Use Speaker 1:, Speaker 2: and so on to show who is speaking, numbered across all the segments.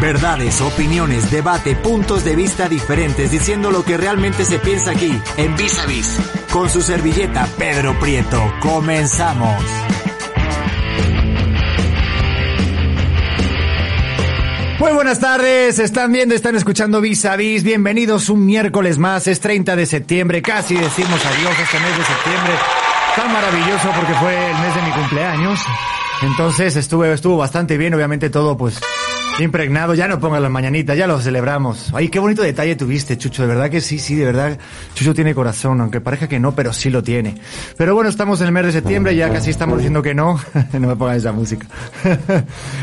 Speaker 1: Verdades, opiniones, debate, puntos de vista diferentes, diciendo lo que realmente se piensa aquí, en Vis a Vis. Con su servilleta, Pedro Prieto. Comenzamos. Muy buenas tardes, están viendo, están escuchando Vis a Vis. Bienvenidos un miércoles más, es 30 de septiembre, casi decimos adiós este mes de septiembre. Tan maravilloso porque fue el mes de mi cumpleaños. Entonces estuve, estuvo bastante bien, obviamente todo pues impregnado. Ya no pongas la mañanita, ya lo celebramos. Ay, qué bonito detalle tuviste, Chucho. De verdad que sí, sí, de verdad. Chucho tiene corazón, aunque parezca que no, pero sí lo tiene. Pero bueno, estamos en el mes de septiembre, ya casi estamos diciendo que no. no me pongan esa música.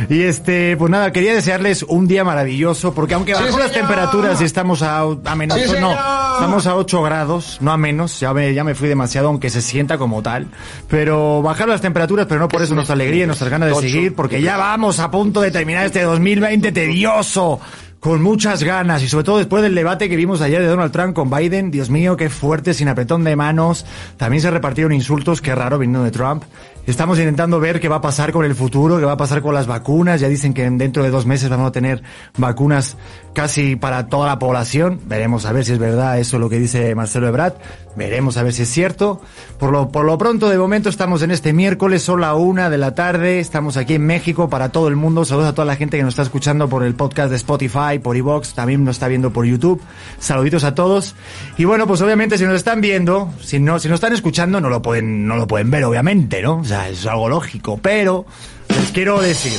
Speaker 1: y este, pues nada, quería desearles un día maravilloso, porque aunque
Speaker 2: ¡Sí,
Speaker 1: bajó las
Speaker 2: señor!
Speaker 1: temperaturas y estamos a, a menos,
Speaker 2: ¡Sí,
Speaker 1: no,
Speaker 2: señor!
Speaker 1: estamos a 8 grados, no a menos. Ya me, ya me fui demasiado, aunque se sienta como tal. Pero bajaron las temperaturas, pero no por eso nos alegría y nuestras ganas de seguir, porque ya vamos a punto de terminar este 2020 tedioso, con muchas ganas y sobre todo después del debate que vimos ayer de Donald Trump con Biden, Dios mío, qué fuerte, sin apretón de manos, también se repartieron insultos, qué raro viniendo de Trump. Estamos intentando ver qué va a pasar con el futuro, qué va a pasar con las vacunas. Ya dicen que dentro de dos meses vamos a tener vacunas casi para toda la población. Veremos a ver si es verdad eso lo que dice Marcelo Ebrard. Veremos a ver si es cierto. Por lo, por lo pronto, de momento estamos en este miércoles, son la una de la tarde. Estamos aquí en México para todo el mundo. Saludos a toda la gente que nos está escuchando por el podcast de Spotify, por iVoox, también nos está viendo por YouTube. Saluditos a todos. Y bueno, pues obviamente si nos están viendo, si no, si nos están escuchando, no lo pueden, no lo pueden ver, obviamente, ¿no? O sea, es algo lógico. Pero les quiero decir.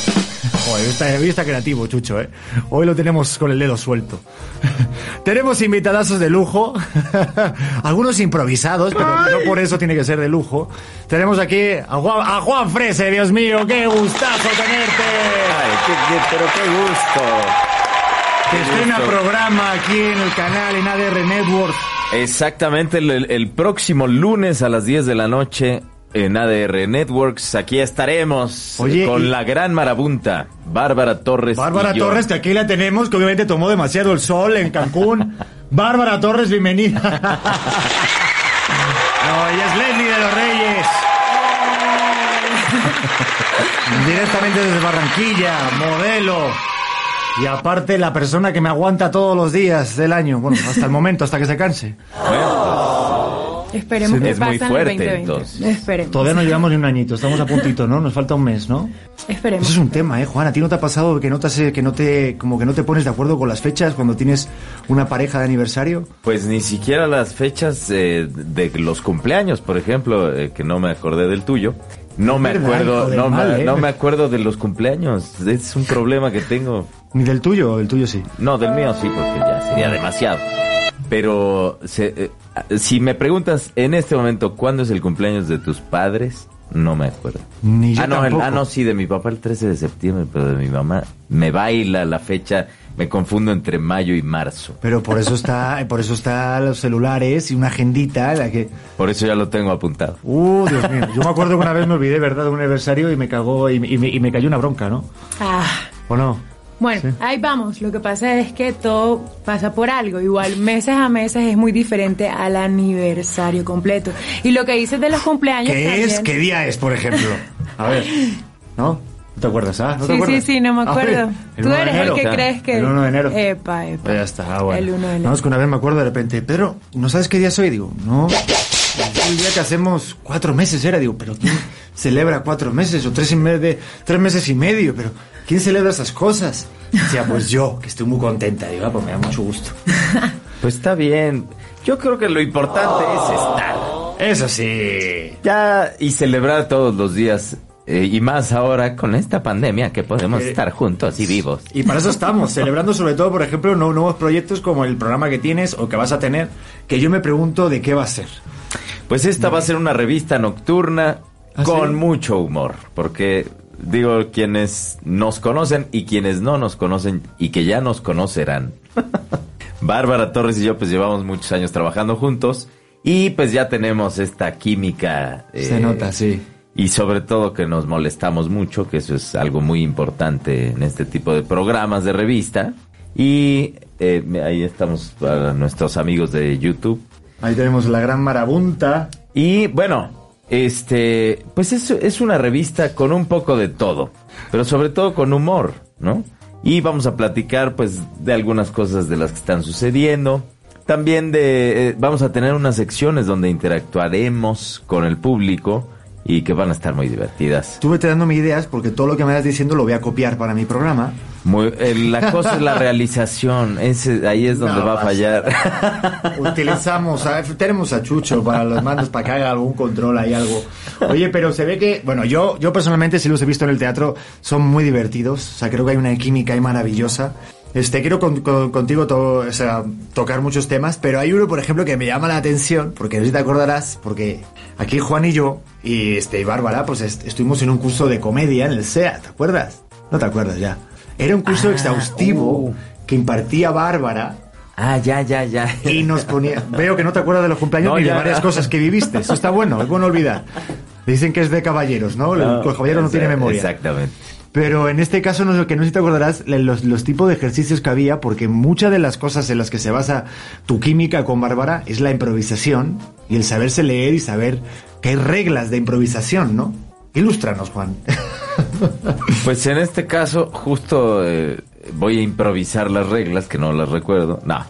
Speaker 1: Joder, hoy está, hoy está creativo, Chucho, ¿eh? Hoy lo tenemos con el dedo suelto. tenemos invitadazos de lujo. Algunos improvisados, pero no por eso tiene que ser de lujo. Tenemos aquí a Juan, a Juan Frese, Dios mío, qué gustazo tenerte.
Speaker 3: Ay, qué- qué- pero qué gusto.
Speaker 1: Que estrena
Speaker 3: gusto.
Speaker 1: programa aquí en el canal, en ADR Network.
Speaker 3: Exactamente el, el- el próximo lunes a las 10 de la noche en ADR Networks. Aquí estaremos
Speaker 1: Oye,
Speaker 3: con
Speaker 1: y-
Speaker 3: la gran marabunta, Bárbara Torres.
Speaker 1: Bárbara
Speaker 3: y yo.
Speaker 1: Torres, que aquí la tenemos, que obviamente tomó demasiado el sol en Cancún. Bárbara Torres, bienvenida. no, ella es Leslie de los Reyes. Directamente desde Barranquilla, modelo. Y aparte la persona que me aguanta todos los días del año. Bueno, hasta el momento, hasta que se canse.
Speaker 4: Esperemos
Speaker 3: Sí,
Speaker 4: que
Speaker 3: es muy
Speaker 4: pase en el
Speaker 3: fuerte,
Speaker 4: 2020.
Speaker 3: entonces.
Speaker 4: Esperemos.
Speaker 1: Todavía no llevamos ni un añito, estamos a puntito, ¿no? Nos falta un mes, ¿no? Eso
Speaker 4: Esperemos.
Speaker 1: es un tema, eh, Juan. ¿A ti no te ha pasado que no te, hace- que no te, como que no te pones de acuerdo con las fechas cuando tienes una pareja de aniversario?
Speaker 3: Pues ni siquiera las fechas eh, de los cumpleaños, por ejemplo, eh, que no me acordé del tuyo. No me
Speaker 1: verdad, hijo
Speaker 3: acuerdo,
Speaker 1: del
Speaker 3: no, me-
Speaker 1: mal, ¿eh?
Speaker 3: no me acuerdo de los cumpleaños. Es un problema que tengo.
Speaker 1: Ni del tuyo, el tuyo sí.
Speaker 3: No, del mío sí, porque ya sería demasiado. Pero se- eh, si me preguntas en este momento cuándo es el cumpleaños de tus padres, no me acuerdo.
Speaker 1: Ni yo
Speaker 3: ah, no, el-
Speaker 1: tampoco.
Speaker 3: ah, no, sí, de mi papá el 13 de septiembre, pero de mi mamá me baila la fecha, me confundo entre mayo y marzo.
Speaker 1: Pero por eso está, por eso está los celulares y una agendita en la que.
Speaker 3: Por eso ya lo tengo apuntado.
Speaker 1: Uh, Dios mío. Yo me acuerdo que una vez me olvidé, ¿verdad?, de un aniversario y me cagó y, y me, y me cayó una bronca, ¿no?
Speaker 4: Ah,
Speaker 1: ¿O no?
Speaker 4: Bueno, ahí vamos. Lo que pasa es que todo pasa por algo. Igual, meses a meses es muy diferente al aniversario completo. Y lo que dices de los cumpleaños
Speaker 1: ¿Qué es?
Speaker 4: también-
Speaker 1: ¿Qué día es, por ejemplo? A ver. ¿No? ¿No te acuerdas? Ah, ¿No te
Speaker 4: sí,
Speaker 1: acuerdas?
Speaker 4: sí, sí, no me
Speaker 1: A ver,
Speaker 4: acuerdo.
Speaker 1: el 1
Speaker 4: Tú
Speaker 1: de
Speaker 4: eres el
Speaker 1: enero.
Speaker 4: que
Speaker 3: claro.
Speaker 4: crees que...
Speaker 1: El 1 de enero.
Speaker 4: Epa, epa.
Speaker 1: Pues ya está, ah, bueno.
Speaker 4: El 1 de
Speaker 1: No,
Speaker 4: enero.
Speaker 1: es que una vez me acuerdo de repente, Pedro, ¿no sabes qué día soy? Digo, no. El día que hacemos cuatro meses era, digo, pero ¿quién celebra cuatro meses o tres, y medio, de- tres meses y medio? Pero ¿quién celebra esas cosas? Decía, pues yo, que estoy muy contenta. Digo, ah, pues me da mucho gusto.
Speaker 3: Pues está bien. Yo creo que lo importante es
Speaker 1: Oh.
Speaker 3: estar.
Speaker 1: Eso sí.
Speaker 3: Ya y celebrar todos los días. eh, y más ahora con esta pandemia que podemos
Speaker 1: Eh,
Speaker 3: estar juntos y vivos.
Speaker 1: Y para eso estamos, celebrando sobre todo, por ejemplo, no- nuevos proyectos como el programa que tienes o que vas a tener, que yo me pregunto de qué va a ser.
Speaker 3: Pues esta va a ser una revista nocturna
Speaker 1: ¿Ah,
Speaker 3: con
Speaker 1: sí?
Speaker 3: mucho humor, porque digo quienes nos conocen y quienes no nos conocen y que ya nos conocerán. Bárbara Torres y yo pues llevamos muchos años trabajando juntos Y pues ya tenemos esta química. eh,
Speaker 1: Se nota, sí.
Speaker 3: Y sobre todo que nos molestamos mucho, que eso es algo muy importante en este tipo de programas de revista. Y eh, ahí estamos para nuestros amigos de YouTube.
Speaker 1: Ahí tenemos la gran marabunta.
Speaker 3: Y bueno, este, pues es, es una revista con un poco de todo, pero sobre todo con humor, ¿no? Y vamos a platicar, pues, de algunas cosas de las que están sucediendo. También de, eh, vamos a tener unas secciones donde interactuaremos con el público y que van a estar muy divertidas.
Speaker 1: Tú vete dándome ideas porque todo lo que me vas diciendo lo voy a copiar para mi programa.
Speaker 3: Muy- eh, la cosa es la realización, ese, ahí es donde
Speaker 1: No,
Speaker 3: va a
Speaker 1: vas.
Speaker 3: fallar.
Speaker 1: Utilizamos, a- tenemos a Chucho para los mandos para que haga algún control ahí algo. Oye, pero se ve que, bueno, yo, yo personalmente sí los he visto en el teatro, son muy divertidos, o sea, creo que hay una química ahí maravillosa. Este, quiero con- con- contigo to- o sea, tocar muchos temas, pero hay uno, por ejemplo, que me llama la atención, porque no sé si te acordarás, porque aquí Juan y yo, y este, y Bárbara, pues est- estuvimos en un curso de comedia en el SEA, ¿te acuerdas? No te acuerdas ya. Era un curso exhaustivo
Speaker 3: uh.
Speaker 1: que impartía Bárbara,
Speaker 3: ah, ya, ya, ya.
Speaker 1: y nos ponía. Veo que no te acuerdas de los cumpleaños
Speaker 3: No,
Speaker 1: ni de
Speaker 3: ya.
Speaker 1: varias cosas que viviste. Eso está bueno, es bueno olvidar. Dicen que es de caballeros, ¿no? El- el caballero no
Speaker 3: Esa-
Speaker 1: tiene memoria.
Speaker 3: Exactamente.
Speaker 1: Pero en este caso, no, sé- que no sé si te acordarás, le- los, los tipos de ejercicios que había, porque muchas de las cosas en las que se basa tu química con Bárbara es la improvisación y el saberse leer y saber que hay reglas de improvisación, ¿no? Ilústranos, Juan.
Speaker 3: Pues en este caso, justo eh, voy a improvisar las reglas, que no las recuerdo. No.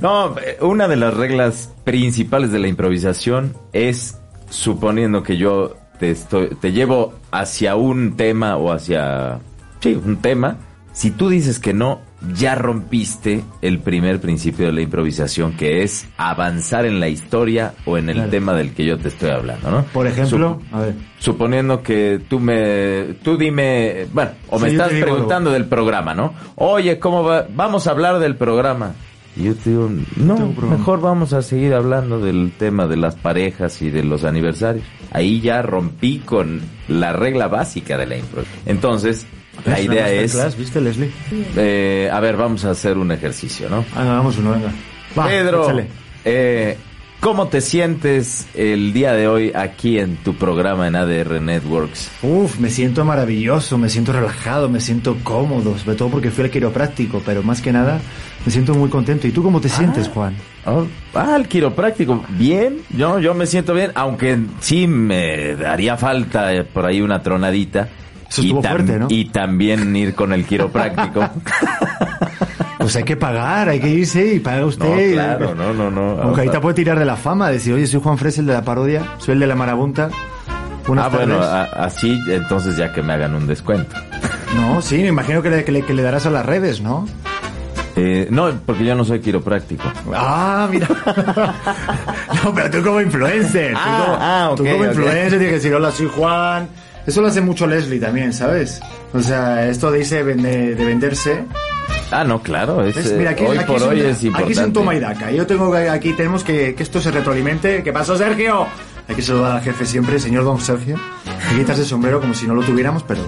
Speaker 3: No, eh, una de las reglas principales de la improvisación es suponiendo que yo te, estoy, te llevo hacia un tema o hacia. Sí, un tema. Si tú dices que no, ya rompiste el primer principio de la improvisación, que es avanzar en la historia o en el
Speaker 1: Claro.
Speaker 3: tema del que yo te estoy hablando, ¿no?
Speaker 1: Por ejemplo,
Speaker 3: Sup-
Speaker 1: a ver.
Speaker 3: suponiendo que tú me tú dime bueno o me
Speaker 1: Sí, yo
Speaker 3: estás
Speaker 1: te digo
Speaker 3: preguntando del programa no oye cómo va vamos a hablar del programa y yo te digo no
Speaker 1: Tengo un programa.
Speaker 3: mejor vamos a seguir hablando del tema de las parejas y de los aniversarios ahí ya rompí con la regla básica de la impro entonces la idea es
Speaker 1: ¿Viste, Leslie? Ah,
Speaker 3: eh, a ver vamos a hacer un ejercicio no
Speaker 1: Hagamos uno, venga. Va,
Speaker 3: Pedro,
Speaker 1: échale.
Speaker 3: eh, ¿cómo te sientes el día de hoy aquí en tu programa en ADR Networks?
Speaker 1: Uf, me siento maravilloso, me siento relajado, me siento cómodo, sobre todo porque fui al quiropráctico, pero más que nada me siento muy contento. ¿Y tú cómo te
Speaker 3: Ah.
Speaker 1: sientes, Juan?
Speaker 3: Oh, ah, el quiropráctico. Bien, yo, yo me siento bien, aunque sí me daría falta eh, por ahí una tronadita.
Speaker 1: Eso estuvo fuerte, ¿no?
Speaker 3: y también ir con el quiropráctico.
Speaker 1: Pues hay que pagar, hay que irse y paga usted.
Speaker 3: no, claro, no, no, no.
Speaker 1: Aunque ahí te puede tirar de la fama, decir, oye, soy Juan Fres, el de la parodia, soy el de la marabunta. Buenas
Speaker 3: ah,
Speaker 1: tardes.
Speaker 3: bueno, a- así entonces ya que me hagan un descuento.
Speaker 1: No, sí, me imagino que le, que le- que le darás a las redes, ¿no?
Speaker 3: Eh, no, porque yo no soy quiropráctico.
Speaker 1: Ah, mira. no, pero tú como influencer. tú
Speaker 3: Ah,
Speaker 1: como-
Speaker 3: ah,
Speaker 1: tú
Speaker 3: ok,
Speaker 1: como
Speaker 3: ok.
Speaker 1: influencer tienes que decir, hola, soy Juan. Eso lo hace mucho Leslie también, ¿sabes? O sea, esto dice vende- de venderse.
Speaker 3: Ah, no, claro. Es,
Speaker 1: Es-
Speaker 3: eh,
Speaker 1: mira, aquí,
Speaker 3: hoy
Speaker 1: aquí
Speaker 3: por
Speaker 1: es un,
Speaker 3: hoy es importante.
Speaker 1: aquí es un toma y daca. Yo tengo que- aquí tenemos que que esto se retroalimente. ¿Qué pasó, Sergio? Hay que saludar al jefe siempre, señor don Sergio. Hay que quitarse el sombrero como si no lo tuviéramos, pero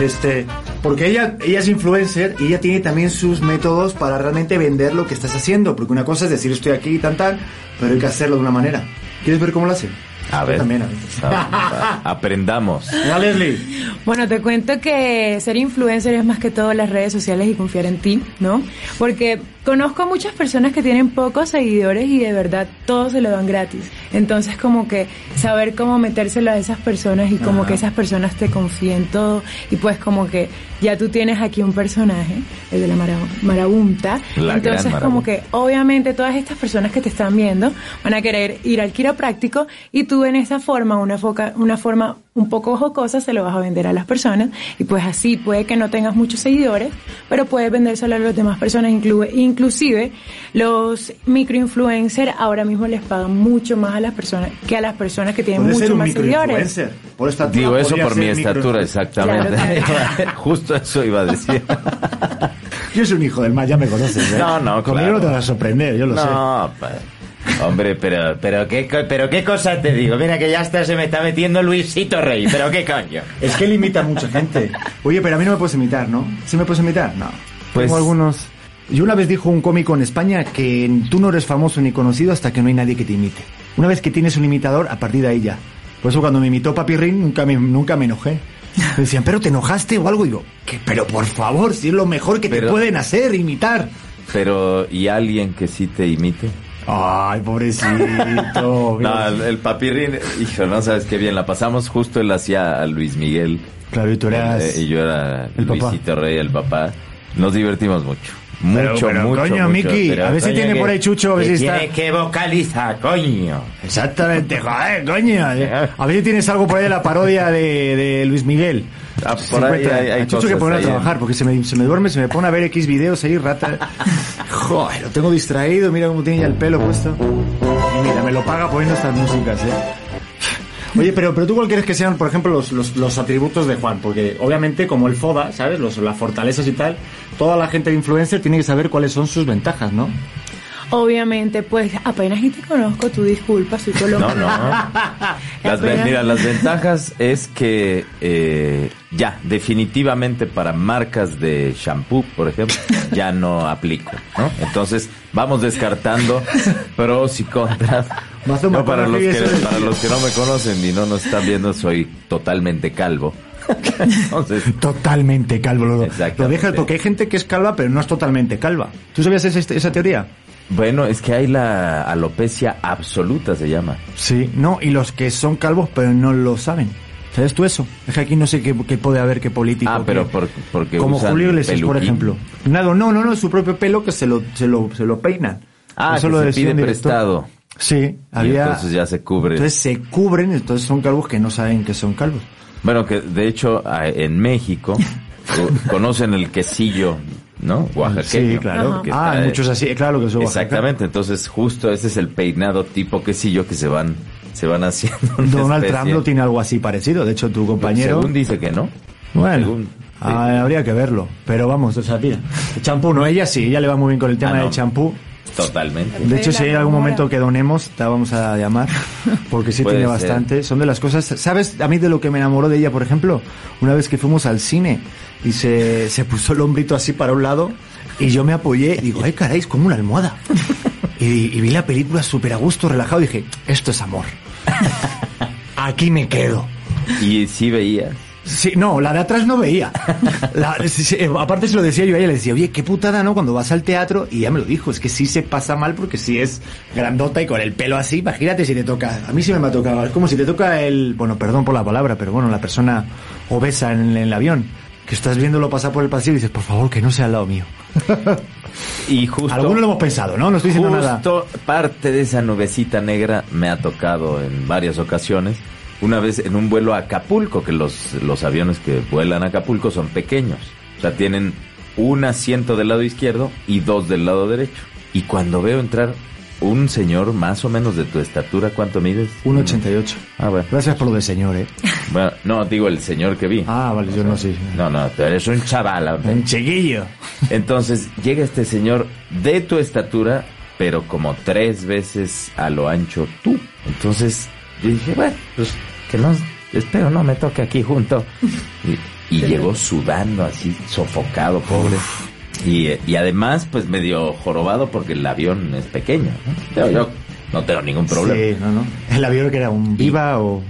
Speaker 1: este, porque ella, ella es influencer y ella tiene también sus métodos para realmente vender lo que estás haciendo. Porque una cosa es decir estoy aquí y tan tan, pero hay que hacerlo de una manera. ¿Quieres ver cómo lo hace?
Speaker 3: A
Speaker 1: Yo
Speaker 3: ver.
Speaker 1: También, a ver.
Speaker 3: a- a- aprendamos.
Speaker 1: Venga, Leslie.
Speaker 4: Bueno, te cuento que ser influencer es más que todo las redes sociales y confiar en ti, ¿no? Porque conozco muchas personas que tienen pocos seguidores y de verdad todos se lo dan gratis. Entonces, como que saber cómo metérselo a esas personas y como que esas personas te confíen todo y pues como que ya tú tienes aquí un personaje, el de la mara- marabunta.
Speaker 3: La gran
Speaker 4: Entonces, como
Speaker 3: marabunta.
Speaker 4: que obviamente todas estas personas que te están viendo van a querer ir al quiropráctico y tú en esa forma, una, foca, una forma un poco jocosa, se lo vas a vender a las personas y pues así puede que no tengas muchos seguidores, pero puedes vendérselo a las demás personas, inclu- inclusive los microinfluencers ahora mismo les pagan mucho más a las personas que a las personas que tienen
Speaker 1: Puede ser
Speaker 4: mucho
Speaker 1: un
Speaker 4: más seguidores.
Speaker 1: microinfluencer. Por estatura
Speaker 3: Digo eso
Speaker 1: podría
Speaker 3: por mi
Speaker 1: ser micro-
Speaker 3: estatura, exactamente.
Speaker 4: Claro,
Speaker 3: Justo eso iba a decir.
Speaker 1: Yo soy un hijo del mal, ya me conoces. ¿eh?
Speaker 3: No, no,
Speaker 1: Conmigo
Speaker 3: claro.
Speaker 1: no te vas a sorprender, yo lo sé.
Speaker 3: No, pa- hombre, pero, pero, qué, co- pero qué cosa te digo. Mira que ya hasta se me está metiendo Luisito Rey, pero qué coño.
Speaker 1: Es que él imita a mucha gente. Oye, pero a mí no me puedes imitar, ¿no? ¿Sí me puedes imitar? No.
Speaker 3: Pues-
Speaker 1: Tengo algunos Y una vez dijo un cómico en España que tú no eres famoso ni conocido hasta que no hay nadie que te imite. Una vez que tienes un imitador, a partir de ahí ya. Por eso cuando me imitó Papi Rin, nunca me, nunca me enojé. Me decían, pero te enojaste o algo. Y digo, "¿Qué? pero por favor, si es lo mejor que te
Speaker 3: Pero-
Speaker 1: pueden hacer, imitar.
Speaker 3: Pero, ¿y alguien que sí te imite?
Speaker 1: Ay, pobrecito.
Speaker 3: No, eh, el, el papirrín, hijo, no sabes qué bien la pasamos. Justo él hacía a Luis Miguel.
Speaker 1: Claro, y tú eras-
Speaker 3: Eh, y yo era
Speaker 1: el papá.
Speaker 3: Luisito Rey, el papá. Nos divertimos mucho. Mucho,
Speaker 1: Pero- pero,
Speaker 3: mucho.
Speaker 1: coño,
Speaker 3: mucho.
Speaker 1: Miki, a ver si
Speaker 3: coño,
Speaker 1: tiene por ahí Chucho, a ver si está-
Speaker 3: que vocalizar, coño.
Speaker 1: Exactamente, joder, coño. A ver si tienes algo por ahí de la parodia de, de Luis Miguel.
Speaker 3: Ah,
Speaker 1: Se
Speaker 3: por ahí
Speaker 1: encuentra-
Speaker 3: hay- hay
Speaker 1: a Chucho
Speaker 3: cosas
Speaker 1: que poner a
Speaker 3: ahí en-
Speaker 1: trabajar porque se me, se me duerme, se me pone a ver X videos ahí, rata. Joder, lo tengo distraído, mira cómo tiene ya el pelo puesto. Y mira, me lo paga poniendo estas músicas, eh. Oye, pero, pero tú cuál crees que sean, por ejemplo, los, los, los atributos de Juan, porque obviamente como el FODA, ¿sabes? Los, las fortalezas y tal, toda la gente de influencer tiene que saber cuáles son sus ventajas, ¿no?
Speaker 4: Obviamente, pues apenas y te conozco, tú disculpa, soy
Speaker 3: No,
Speaker 4: colombiana.
Speaker 3: no. Las, ven-
Speaker 4: Apenas-
Speaker 3: mira, las ventajas es que eh, ya, definitivamente para marcas de shampoo, por ejemplo, ya no aplico, ¿no? Entonces, vamos descartando pros y contras.
Speaker 1: Más de un
Speaker 3: No, para, los
Speaker 1: McConaughey,
Speaker 3: que,
Speaker 1: eso es.
Speaker 3: para los que no me conocen y no nos están viendo, soy totalmente calvo. Entonces,
Speaker 1: Totalmente calvo, lo, lo
Speaker 3: Exactamente.
Speaker 1: dejas porque hay gente que es calva pero no es totalmente calva. ¿Tú sabías esa, esa teoría?
Speaker 3: bueno, es que hay la alopecia absoluta, se llama.
Speaker 1: Sí. No, y los que son calvos pero no lo saben. ¿Sabes tú eso? Es que aquí no sé qué, qué puede haber, qué político.
Speaker 3: Ah,
Speaker 1: qué-
Speaker 3: pero por- porque
Speaker 1: Como
Speaker 3: usan
Speaker 1: Julio Iglesias, por
Speaker 3: peluquín.
Speaker 1: ejemplo. Nada, no, no, no, su propio pelo que se lo, se lo, se lo peinan.
Speaker 3: Ah,
Speaker 1: Eso
Speaker 3: que
Speaker 1: lo
Speaker 3: se
Speaker 1: decía
Speaker 3: pide
Speaker 1: un director.
Speaker 3: prestado.
Speaker 1: Sí,
Speaker 3: Y
Speaker 1: había...
Speaker 3: entonces ya se cubre.
Speaker 1: Entonces se cubren, entonces son calvos que no saben que son calvos.
Speaker 3: Bueno, que de hecho a- en México eh, conocen el quesillo, ¿no? Oaxaqueño.
Speaker 1: Sí, claro.
Speaker 4: Ajá.
Speaker 3: que
Speaker 1: Ah,
Speaker 3: está,
Speaker 1: hay
Speaker 3: eh,
Speaker 1: muchos así, claro que son Oaxaca.
Speaker 3: Exactamente, entonces justo ese es el peinado tipo quesillo que se van se van haciendo. una
Speaker 1: Donald
Speaker 3: especie.
Speaker 1: Trump no tiene algo así parecido. De hecho, tu compañero...
Speaker 3: Según dice que no.
Speaker 1: Bueno,
Speaker 3: Según- sí.
Speaker 1: ah, habría que verlo. Pero vamos, o sea, mira. el Champú, no, ella sí, ella le va muy bien con el tema
Speaker 3: Ah, no.
Speaker 1: del champú.
Speaker 3: Totalmente.
Speaker 1: De hecho,
Speaker 4: De
Speaker 1: si
Speaker 4: la
Speaker 1: hay algún
Speaker 4: demora.
Speaker 1: momento que donemos, la vamos a llamar, porque sí
Speaker 3: Puede
Speaker 1: tiene
Speaker 3: ser.
Speaker 1: bastante. Son de las cosas. ¿Sabes a mí de lo que me enamoró de ella, por ejemplo? Una vez que fuimos al cine y se, se puso el hombrito así para un lado y yo me apoyé y digo, ay caray, es como una almohada. Y, y vi la película súper a gusto, relajado y dije, esto es amor. Aquí me quedo.
Speaker 3: Y sí veías.
Speaker 1: Sí, no, la de atrás no veía. La- sí, sí, eh, aparte se lo decía yo a ella, le decía, oye, qué putada, ¿no? Cuando vas al teatro, y ella me lo dijo, es que sí se pasa mal porque si es grandota y con el pelo así, imagínate si te toca, a mí sí me ha tocado, es como si te toca el, bueno, perdón por la palabra, pero bueno, la persona obesa en, el avión, que estás viéndolo pasar por el pasillo y dices, por favor, que no sea al lado mío.
Speaker 3: Y justo
Speaker 1: Algunos lo hemos pensado, ¿no? No estoy diciendo nada.
Speaker 3: Justo parte de esa nubecita negra me ha tocado en varias ocasiones. Una vez en un vuelo a Acapulco, que los, los aviones que vuelan a Acapulco son pequeños. O sea, tienen un asiento del lado izquierdo y dos del lado derecho. Y cuando veo entrar un señor más o menos de tu estatura, ¿cuánto mides?
Speaker 1: 1,88.
Speaker 3: Ah, bueno.
Speaker 1: Gracias por lo de señor, ¿eh?
Speaker 3: Bueno, no, digo el señor que vi.
Speaker 1: Ah, vale, yo no sé.
Speaker 3: No, no, tú eres un chaval, hombre.
Speaker 1: Un chiquillo.
Speaker 3: Entonces llega este señor de tu estatura, pero como tres veces a lo ancho tú. Entonces yo dije, bueno, pues que no, espero no me toque aquí junto. Y, y llegó sudando así, sofocado, pobre. Y, eh, y además, pues medio jorobado porque el avión es pequeño. ¿no? Yo, yo no tengo ningún problema.
Speaker 1: Sí, no, no. El avión que era un viva o...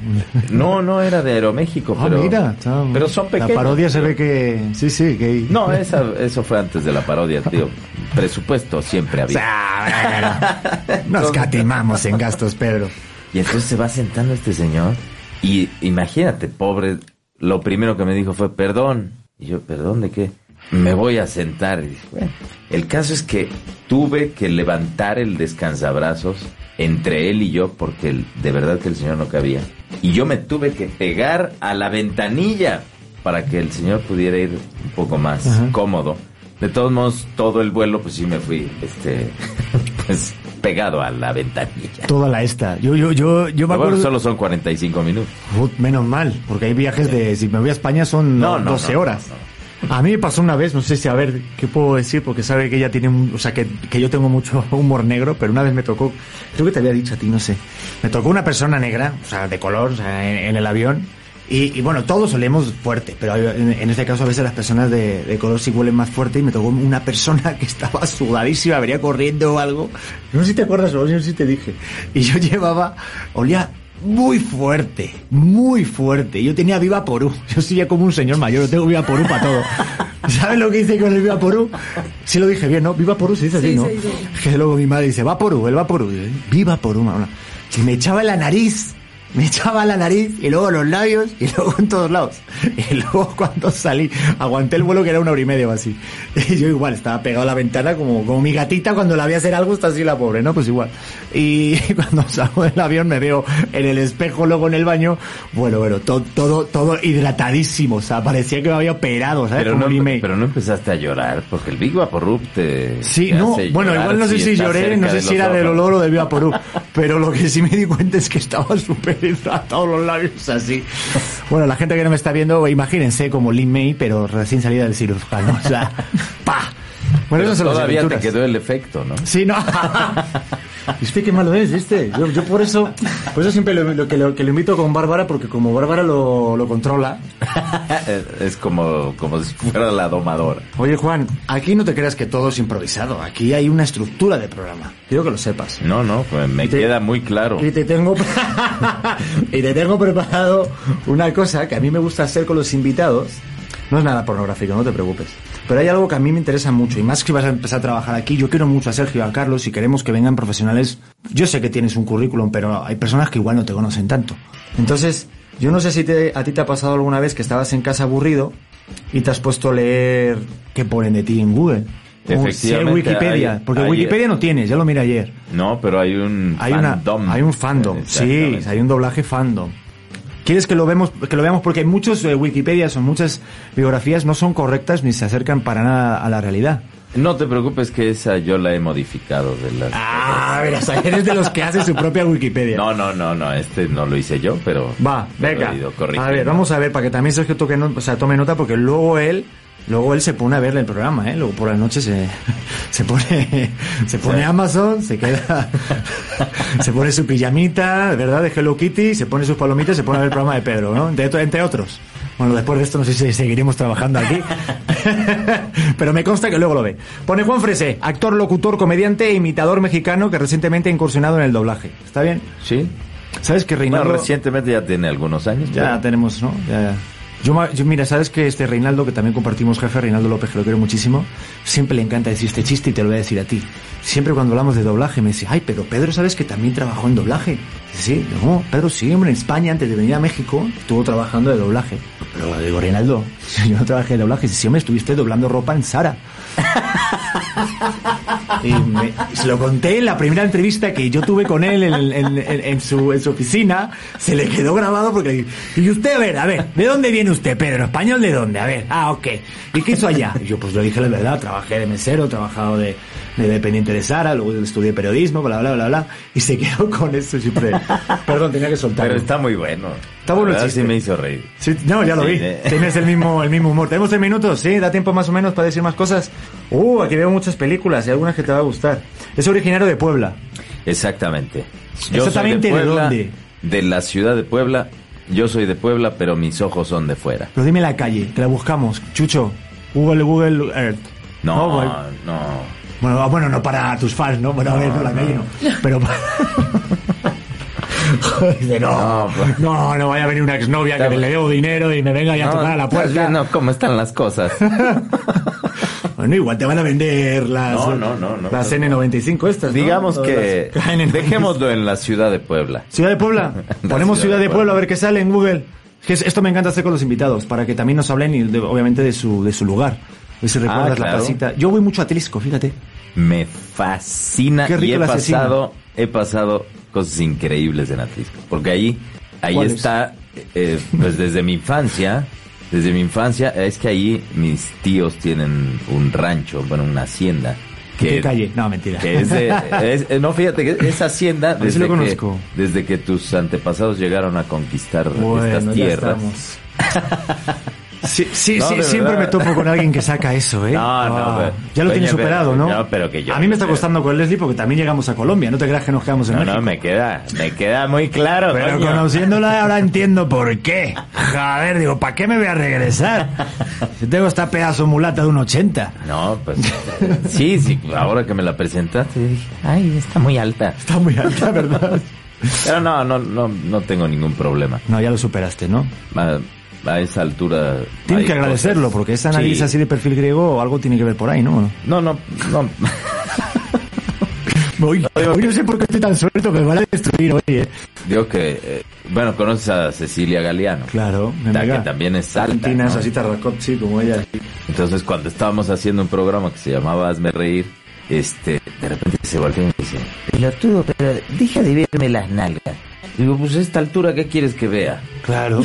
Speaker 3: No, no era de Aeroméxico,
Speaker 1: Ah,
Speaker 3: pero,
Speaker 1: mira, está-
Speaker 3: pero son pequeños.
Speaker 1: La parodia se ve que. Sí, sí, que.
Speaker 3: No, esa, eso fue antes de la parodia, tío. Presupuesto siempre
Speaker 1: O
Speaker 3: había.
Speaker 1: sea, bueno, nos catimamos en gastos, Pedro.
Speaker 3: Y entonces se va sentando este señor. Y imagínate, pobre, lo primero que me dijo fue, perdón. Y yo, ¿perdón de qué? Me voy a sentar. Y dije, "Bueno". el caso es que tuve que levantar el descansabrazos entre él y yo porque el- de verdad que el señor no cabía. Y yo me tuve que pegar a la ventanilla para que el señor pudiera ir un poco más
Speaker 1: Ajá.
Speaker 3: cómodo. De todos modos, todo el vuelo, pues sí me fui, este, pues pegado a la ventanilla.
Speaker 1: Toda la esta. Yo, yo, yo, yo me
Speaker 3: Pero bueno,
Speaker 1: acuerdo.
Speaker 3: solo son 45 minutos.
Speaker 1: Ut, menos mal, porque hay viajes de. Si me voy a España son
Speaker 3: No, no,
Speaker 1: 12
Speaker 3: no,
Speaker 1: horas. A mí me pasó una vez, no sé si a ver qué puedo decir, porque sabe que ella tiene un. O sea, que, que yo tengo mucho humor negro, pero una vez me tocó. Creo que te había dicho a ti, no sé. Me tocó una persona negra, o sea, de color, o sea, en, en el avión. Y, y bueno, todos olemos fuerte, pero hay- en, en este caso a veces las personas de, de color sí huelen más fuerte y me tocó una persona que estaba sudadísima, venía corriendo o algo. No sé si te acuerdas o no sé si te dije. Y yo llevaba, olía muy fuerte, muy fuerte. Yo tenía viva porú. Yo soy ya como un señor mayor, yo tengo viva porú para todo. ¿Sabes lo que hice con el viva porú? Sí lo dije bien, ¿no? Viva porú se dice así,
Speaker 4: Sí,
Speaker 1: ¿no?
Speaker 4: se dice.
Speaker 1: Que luego mi madre dice, va porú, él va porú. Y yo, Viva porú, mamá. Y me echaba en la nariz. Me echaba en la nariz y luego en los labios y luego en todos lados. Y luego cuando salí, aguanté el vuelo que era una hora y media o así. Y yo igual, estaba pegado a la ventana como, como mi gatita cuando la vi hacer algo, está así la pobre, ¿no? Pues igual. Y cuando salgo del avión me veo en el espejo, luego en el baño, bueno, bueno, to- todo, todo hidratadísimo. O sea, parecía que me había operado, ¿sabes?
Speaker 3: Pero
Speaker 1: Como
Speaker 3: no,
Speaker 1: un email.
Speaker 3: pero no empezaste a llorar, porque el Big Vaporrup te.
Speaker 1: Sí,
Speaker 3: te
Speaker 1: no,
Speaker 3: hace
Speaker 1: bueno,
Speaker 3: llorar
Speaker 1: igual no sé si
Speaker 3: estás
Speaker 1: lloré,
Speaker 3: cerca
Speaker 1: no sé
Speaker 3: de
Speaker 1: si
Speaker 3: los
Speaker 1: era del
Speaker 3: ojos.
Speaker 1: olor o del Viva Porú, pero lo que sí me di cuenta es que estaba súper hidratado los labios así. Bueno, la gente que no me está viendo, imagínense como Lin May, pero recién salida del cirujano, o sea, ¡pa! Bueno,
Speaker 3: Pero
Speaker 1: esas son las
Speaker 3: todavía te
Speaker 1: aventuras.
Speaker 3: quedó el efecto, ¿no?
Speaker 1: Sí, no. ¿Viste qué malo es este? Yo, yo por eso, por eso siempre lo, lo que, lo, que lo invito con Bárbara, porque como Bárbara lo, lo controla,
Speaker 3: es como, como si fuera la domadora.
Speaker 1: Oye Juan, aquí no te creas que todo es improvisado, aquí hay una estructura de programa. Quiero que lo sepas.
Speaker 3: No, no, pues me
Speaker 1: Y te-
Speaker 3: queda muy claro.
Speaker 1: Y te tengo y te tengo preparado una cosa que a mí me gusta hacer con los invitados. No es nada pornográfico, no te preocupes. Pero hay algo que a mí me interesa mucho, y más que vas a empezar a trabajar aquí, yo quiero mucho a Sergio y a Carlos y queremos que vengan profesionales. Yo sé que tienes un currículum, pero hay personas que igual no te conocen tanto. Entonces, yo no sé si te- a ti te ha pasado alguna vez que estabas en casa aburrido y te has puesto a leer qué ponen de ti en Google. O si hay
Speaker 3: Efectivamente,
Speaker 1: Wikipedia,
Speaker 3: hay-
Speaker 1: porque
Speaker 3: hay-
Speaker 1: Wikipedia no tienes, ya lo miré ayer.
Speaker 3: No, pero hay un
Speaker 1: Hay, una,
Speaker 3: fandom.
Speaker 1: hay un fandom, sí,
Speaker 3: Exactamente.
Speaker 1: hay un doblaje fandom. ¿Quieres que lo vemos, que lo veamos? Porque hay muchos eh, Wikipedias o muchas biografías no son correctas ni se acercan para nada a la realidad.
Speaker 3: No te preocupes que esa yo la he modificado de las...
Speaker 1: Ah, verás, eres de los que hace su propia Wikipedia.
Speaker 3: No, no, no, no, este no lo hice yo, pero...
Speaker 1: Va,
Speaker 3: pero
Speaker 1: venga.
Speaker 3: he ido corrigiendo.
Speaker 1: A ver, vamos a ver, para que también Sergio toque no- o sea, tome nota, porque luego él, luego él se pone a verle el programa, ¿eh? Luego por la noche se, se pone, se pone
Speaker 3: Sí.
Speaker 1: Amazon, se queda, se pone su pijamita, ¿verdad? De Hello Kitty, se pone sus palomitas, se pone a ver el programa de Pedro, ¿no? Entre, entre otros. Bueno, después de esto no sé si seguiremos trabajando aquí. Pero me consta que luego lo ve. Pone Juan Frese, actor, locutor, comediante e imitador mexicano que recientemente ha incursionado en el doblaje. ¿Está bien?
Speaker 3: Sí.
Speaker 1: ¿Sabes que
Speaker 3: Bueno,
Speaker 1: Reinaldo...
Speaker 3: recientemente ya tiene algunos años.
Speaker 1: Ya tenemos, ¿no? Ya, ya. Yo, ma- yo, mira, sabes que este Reinaldo, que también compartimos jefe, Reinaldo López, que lo quiero muchísimo, siempre le encanta decir este chiste y te lo voy a decir a ti. Siempre cuando hablamos de doblaje me dice, ay, pero Pedro, ¿sabes que también trabajó en doblaje? Sí, no, Pedro sí, hombre, en España, antes de venir a México, estuvo trabajando de doblaje. Pero digo, Reinaldo, yo no trabajé de doblaje, dice, sí, hombre, estuviste doblando ropa en Sara. Y me- se lo conté en la primera entrevista que yo tuve con él en, en- en- en su, en su oficina. Se le quedó grabado porque le dije, y usted, a ver, a ver, ¿de dónde viene usted, Pedro? ¿Español de dónde? A ver, ah, ok. ¿Y qué hizo allá? Y yo, pues le dije la verdad, trabajé de mesero, trabajado de, de dependiente de Sara, luego estudié periodismo, bla, bla, bla, bla. Y se quedó con eso siempre. Perdón, tenía que soltarlo.
Speaker 3: Pero está muy bueno.
Speaker 1: Está bueno el
Speaker 3: La verdad,
Speaker 1: chiste.
Speaker 3: Sí me hizo reír.
Speaker 1: Sí, no, ya lo
Speaker 3: Sí,
Speaker 1: vi.
Speaker 3: eh.
Speaker 1: Tienes el mismo, el mismo humor. Tenemos tres minutos, sí, da tiempo más o menos para decir más cosas. Uh, aquí veo muchas películas y algunas que te va a gustar. Es originario de Puebla.
Speaker 3: Exactamente.
Speaker 1: Exactamente, ¿de
Speaker 3: Puebla,
Speaker 1: dónde?
Speaker 3: De la ciudad de Puebla. Yo soy de Puebla, pero mis ojos son de fuera.
Speaker 1: Pero dime la calle, que la buscamos. Chucho, Google, Google Earth.
Speaker 3: No,
Speaker 1: Oh,
Speaker 3: no.
Speaker 1: bueno. Bueno, ah, bueno, no para tus fans, ¿no? Bueno, a ver, no, la calle no. Pero Joder, dice, no,
Speaker 3: No, pues.
Speaker 1: no, no vaya a venir una exnovia que
Speaker 3: Está- pues.
Speaker 1: le debo dinero y me venga ya a
Speaker 3: No,
Speaker 1: tocar a la
Speaker 3: estás
Speaker 1: puerta.
Speaker 3: viendo cómo están las cosas.
Speaker 1: Bueno, igual te van a vender las,
Speaker 3: No, no, no, no.
Speaker 1: las N95 estas. ¿no?
Speaker 3: Digamos
Speaker 1: O
Speaker 3: que
Speaker 1: las KN95.
Speaker 3: dejémoslo en la ciudad de Puebla.
Speaker 1: Ciudad de Puebla.
Speaker 3: La
Speaker 1: Ponemos Ciudad
Speaker 3: Ciudad de
Speaker 1: de Puebla a ver qué sale en Google. Que es- Esto me encanta hacer con los invitados, para que también nos hablen, y de- obviamente, de su, de su lugar. Y si recuerdas la
Speaker 3: Ah, claro.
Speaker 1: casita. Yo voy mucho a Telisco, fíjate.
Speaker 3: Me fascina
Speaker 1: Qué rico
Speaker 3: y he
Speaker 1: el asesino.
Speaker 3: pasado, he pasado cosas increíbles en Atlisco. Porque ahí, ahí
Speaker 1: ¿Cuáles?
Speaker 3: está, eh, pues desde mi infancia, desde mi infancia, es que ahí mis tíos tienen un rancho, bueno, una hacienda.
Speaker 1: ¿En
Speaker 3: Que,
Speaker 1: qué calle? No, mentira.
Speaker 3: que es de- es- eh, no, fíjate que es hacienda
Speaker 1: sí
Speaker 3: desde,
Speaker 1: lo
Speaker 3: que,
Speaker 1: conozco.
Speaker 3: desde que tus antepasados llegaron a conquistar
Speaker 1: Bueno,
Speaker 3: estas
Speaker 1: ya
Speaker 3: tierras.
Speaker 1: estamos. Sí, sí,
Speaker 3: No,
Speaker 1: sí,
Speaker 3: de
Speaker 1: siempre me
Speaker 3: verdad.
Speaker 1: topo con alguien que saca eso, ¿eh?
Speaker 3: No, no,
Speaker 1: Ah,
Speaker 3: pero-
Speaker 1: ya lo
Speaker 3: Oye,
Speaker 1: tienes
Speaker 3: pero-
Speaker 1: superado, ¿no?
Speaker 3: no, pero que yo-
Speaker 1: a mí me está costando con Leslie porque también llegamos a Colombia, no te creas que nos quedamos en
Speaker 3: No,
Speaker 1: México.
Speaker 3: no, me queda, me queda muy claro.
Speaker 1: Pero
Speaker 3: coño.
Speaker 1: conociéndola ahora entiendo por qué. Joder, digo, ¿para qué me voy a regresar? Si tengo esta pedazo mulata de un 80.
Speaker 3: No, pues sí, sí, ahora que me la presentaste dije, ay, está muy alta.
Speaker 1: Está muy alta, ¿verdad?
Speaker 3: Pero no, no, no, no tengo ningún problema.
Speaker 1: No, ya lo superaste, ¿no?
Speaker 3: A, a esa altura.
Speaker 1: Tienes
Speaker 3: hay
Speaker 1: que agradecerlo,
Speaker 3: cosas-
Speaker 1: porque esa nariz
Speaker 3: Sí.
Speaker 1: así de perfil griego, algo tiene que ver por ahí, ¿no?
Speaker 3: No, no, no.
Speaker 1: Hoy, hoy no sé por qué estoy tan suelto, me van a destruir hoy, ¿eh?
Speaker 3: Digo que, eh, bueno, conoces a Cecilia Galeano.
Speaker 1: Claro, me
Speaker 3: Ta-
Speaker 1: mega.
Speaker 3: que también es alta.
Speaker 1: Argentinas,
Speaker 3: ¿no?
Speaker 1: así tarracot, sí, como ella.
Speaker 3: Entonces, cuando estábamos haciendo un programa que se llamaba Hazme Reír, este, de repente se volteó y me dice, pelotudo, pero deja de verme las nalgas. Digo, pues a esta altura, ¿qué quieres que vea?
Speaker 1: Claro.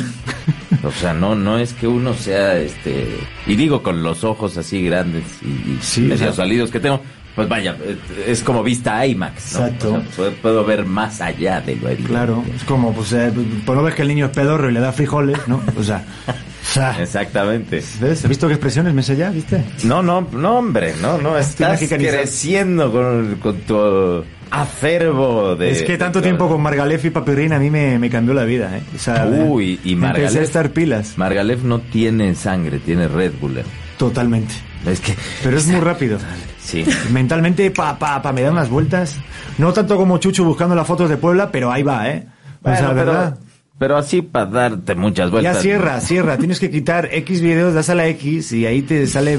Speaker 3: O sea, no, no es que uno sea, este, y digo con los ojos así grandes y, y
Speaker 1: Sí,
Speaker 3: medio
Speaker 1: o sea-
Speaker 3: salidos que tengo, pues vaya, eh, es como vista IMAX, ¿no?
Speaker 1: Exacto.
Speaker 3: O sea, puedo, puedo ver más allá de lo evidente.
Speaker 1: Claro, es como, pues, eh, pues no ves que el niño es pedorro y le da frijoles, ¿no? O sea, o sea
Speaker 3: Exactamente.
Speaker 1: ¿ves? ¿Has visto qué expresiones me sé ya, viste?
Speaker 3: No, no, no, hombre, no, no, estás
Speaker 1: mexicanizado.
Speaker 3: creciendo con, con tu acervo de...
Speaker 1: es que tanto
Speaker 3: de-
Speaker 1: tiempo con Margalef y Papirrín a mí me, me cambió la vida, ¿eh? O sea,
Speaker 3: Uy, y
Speaker 1: me
Speaker 3: Margalef.
Speaker 1: Empecé a estar pilas,
Speaker 3: Margalef no tiene sangre, tiene Red Bull.
Speaker 1: totalmente.
Speaker 3: Es que...
Speaker 1: Pero es muy rápido.
Speaker 3: Sí.
Speaker 1: Mentalmente, pa, pa, pa, me dan unas vueltas. No tanto como Chuchu buscando las fotos de Puebla, pero ahí va, ¿eh? O sea,
Speaker 3: Bueno,
Speaker 1: ¿verdad?
Speaker 3: pero, pero así para darte muchas
Speaker 1: Ya
Speaker 3: vueltas.
Speaker 1: cierra, cierra. Tienes que quitar X videos, das a la X y ahí te sale,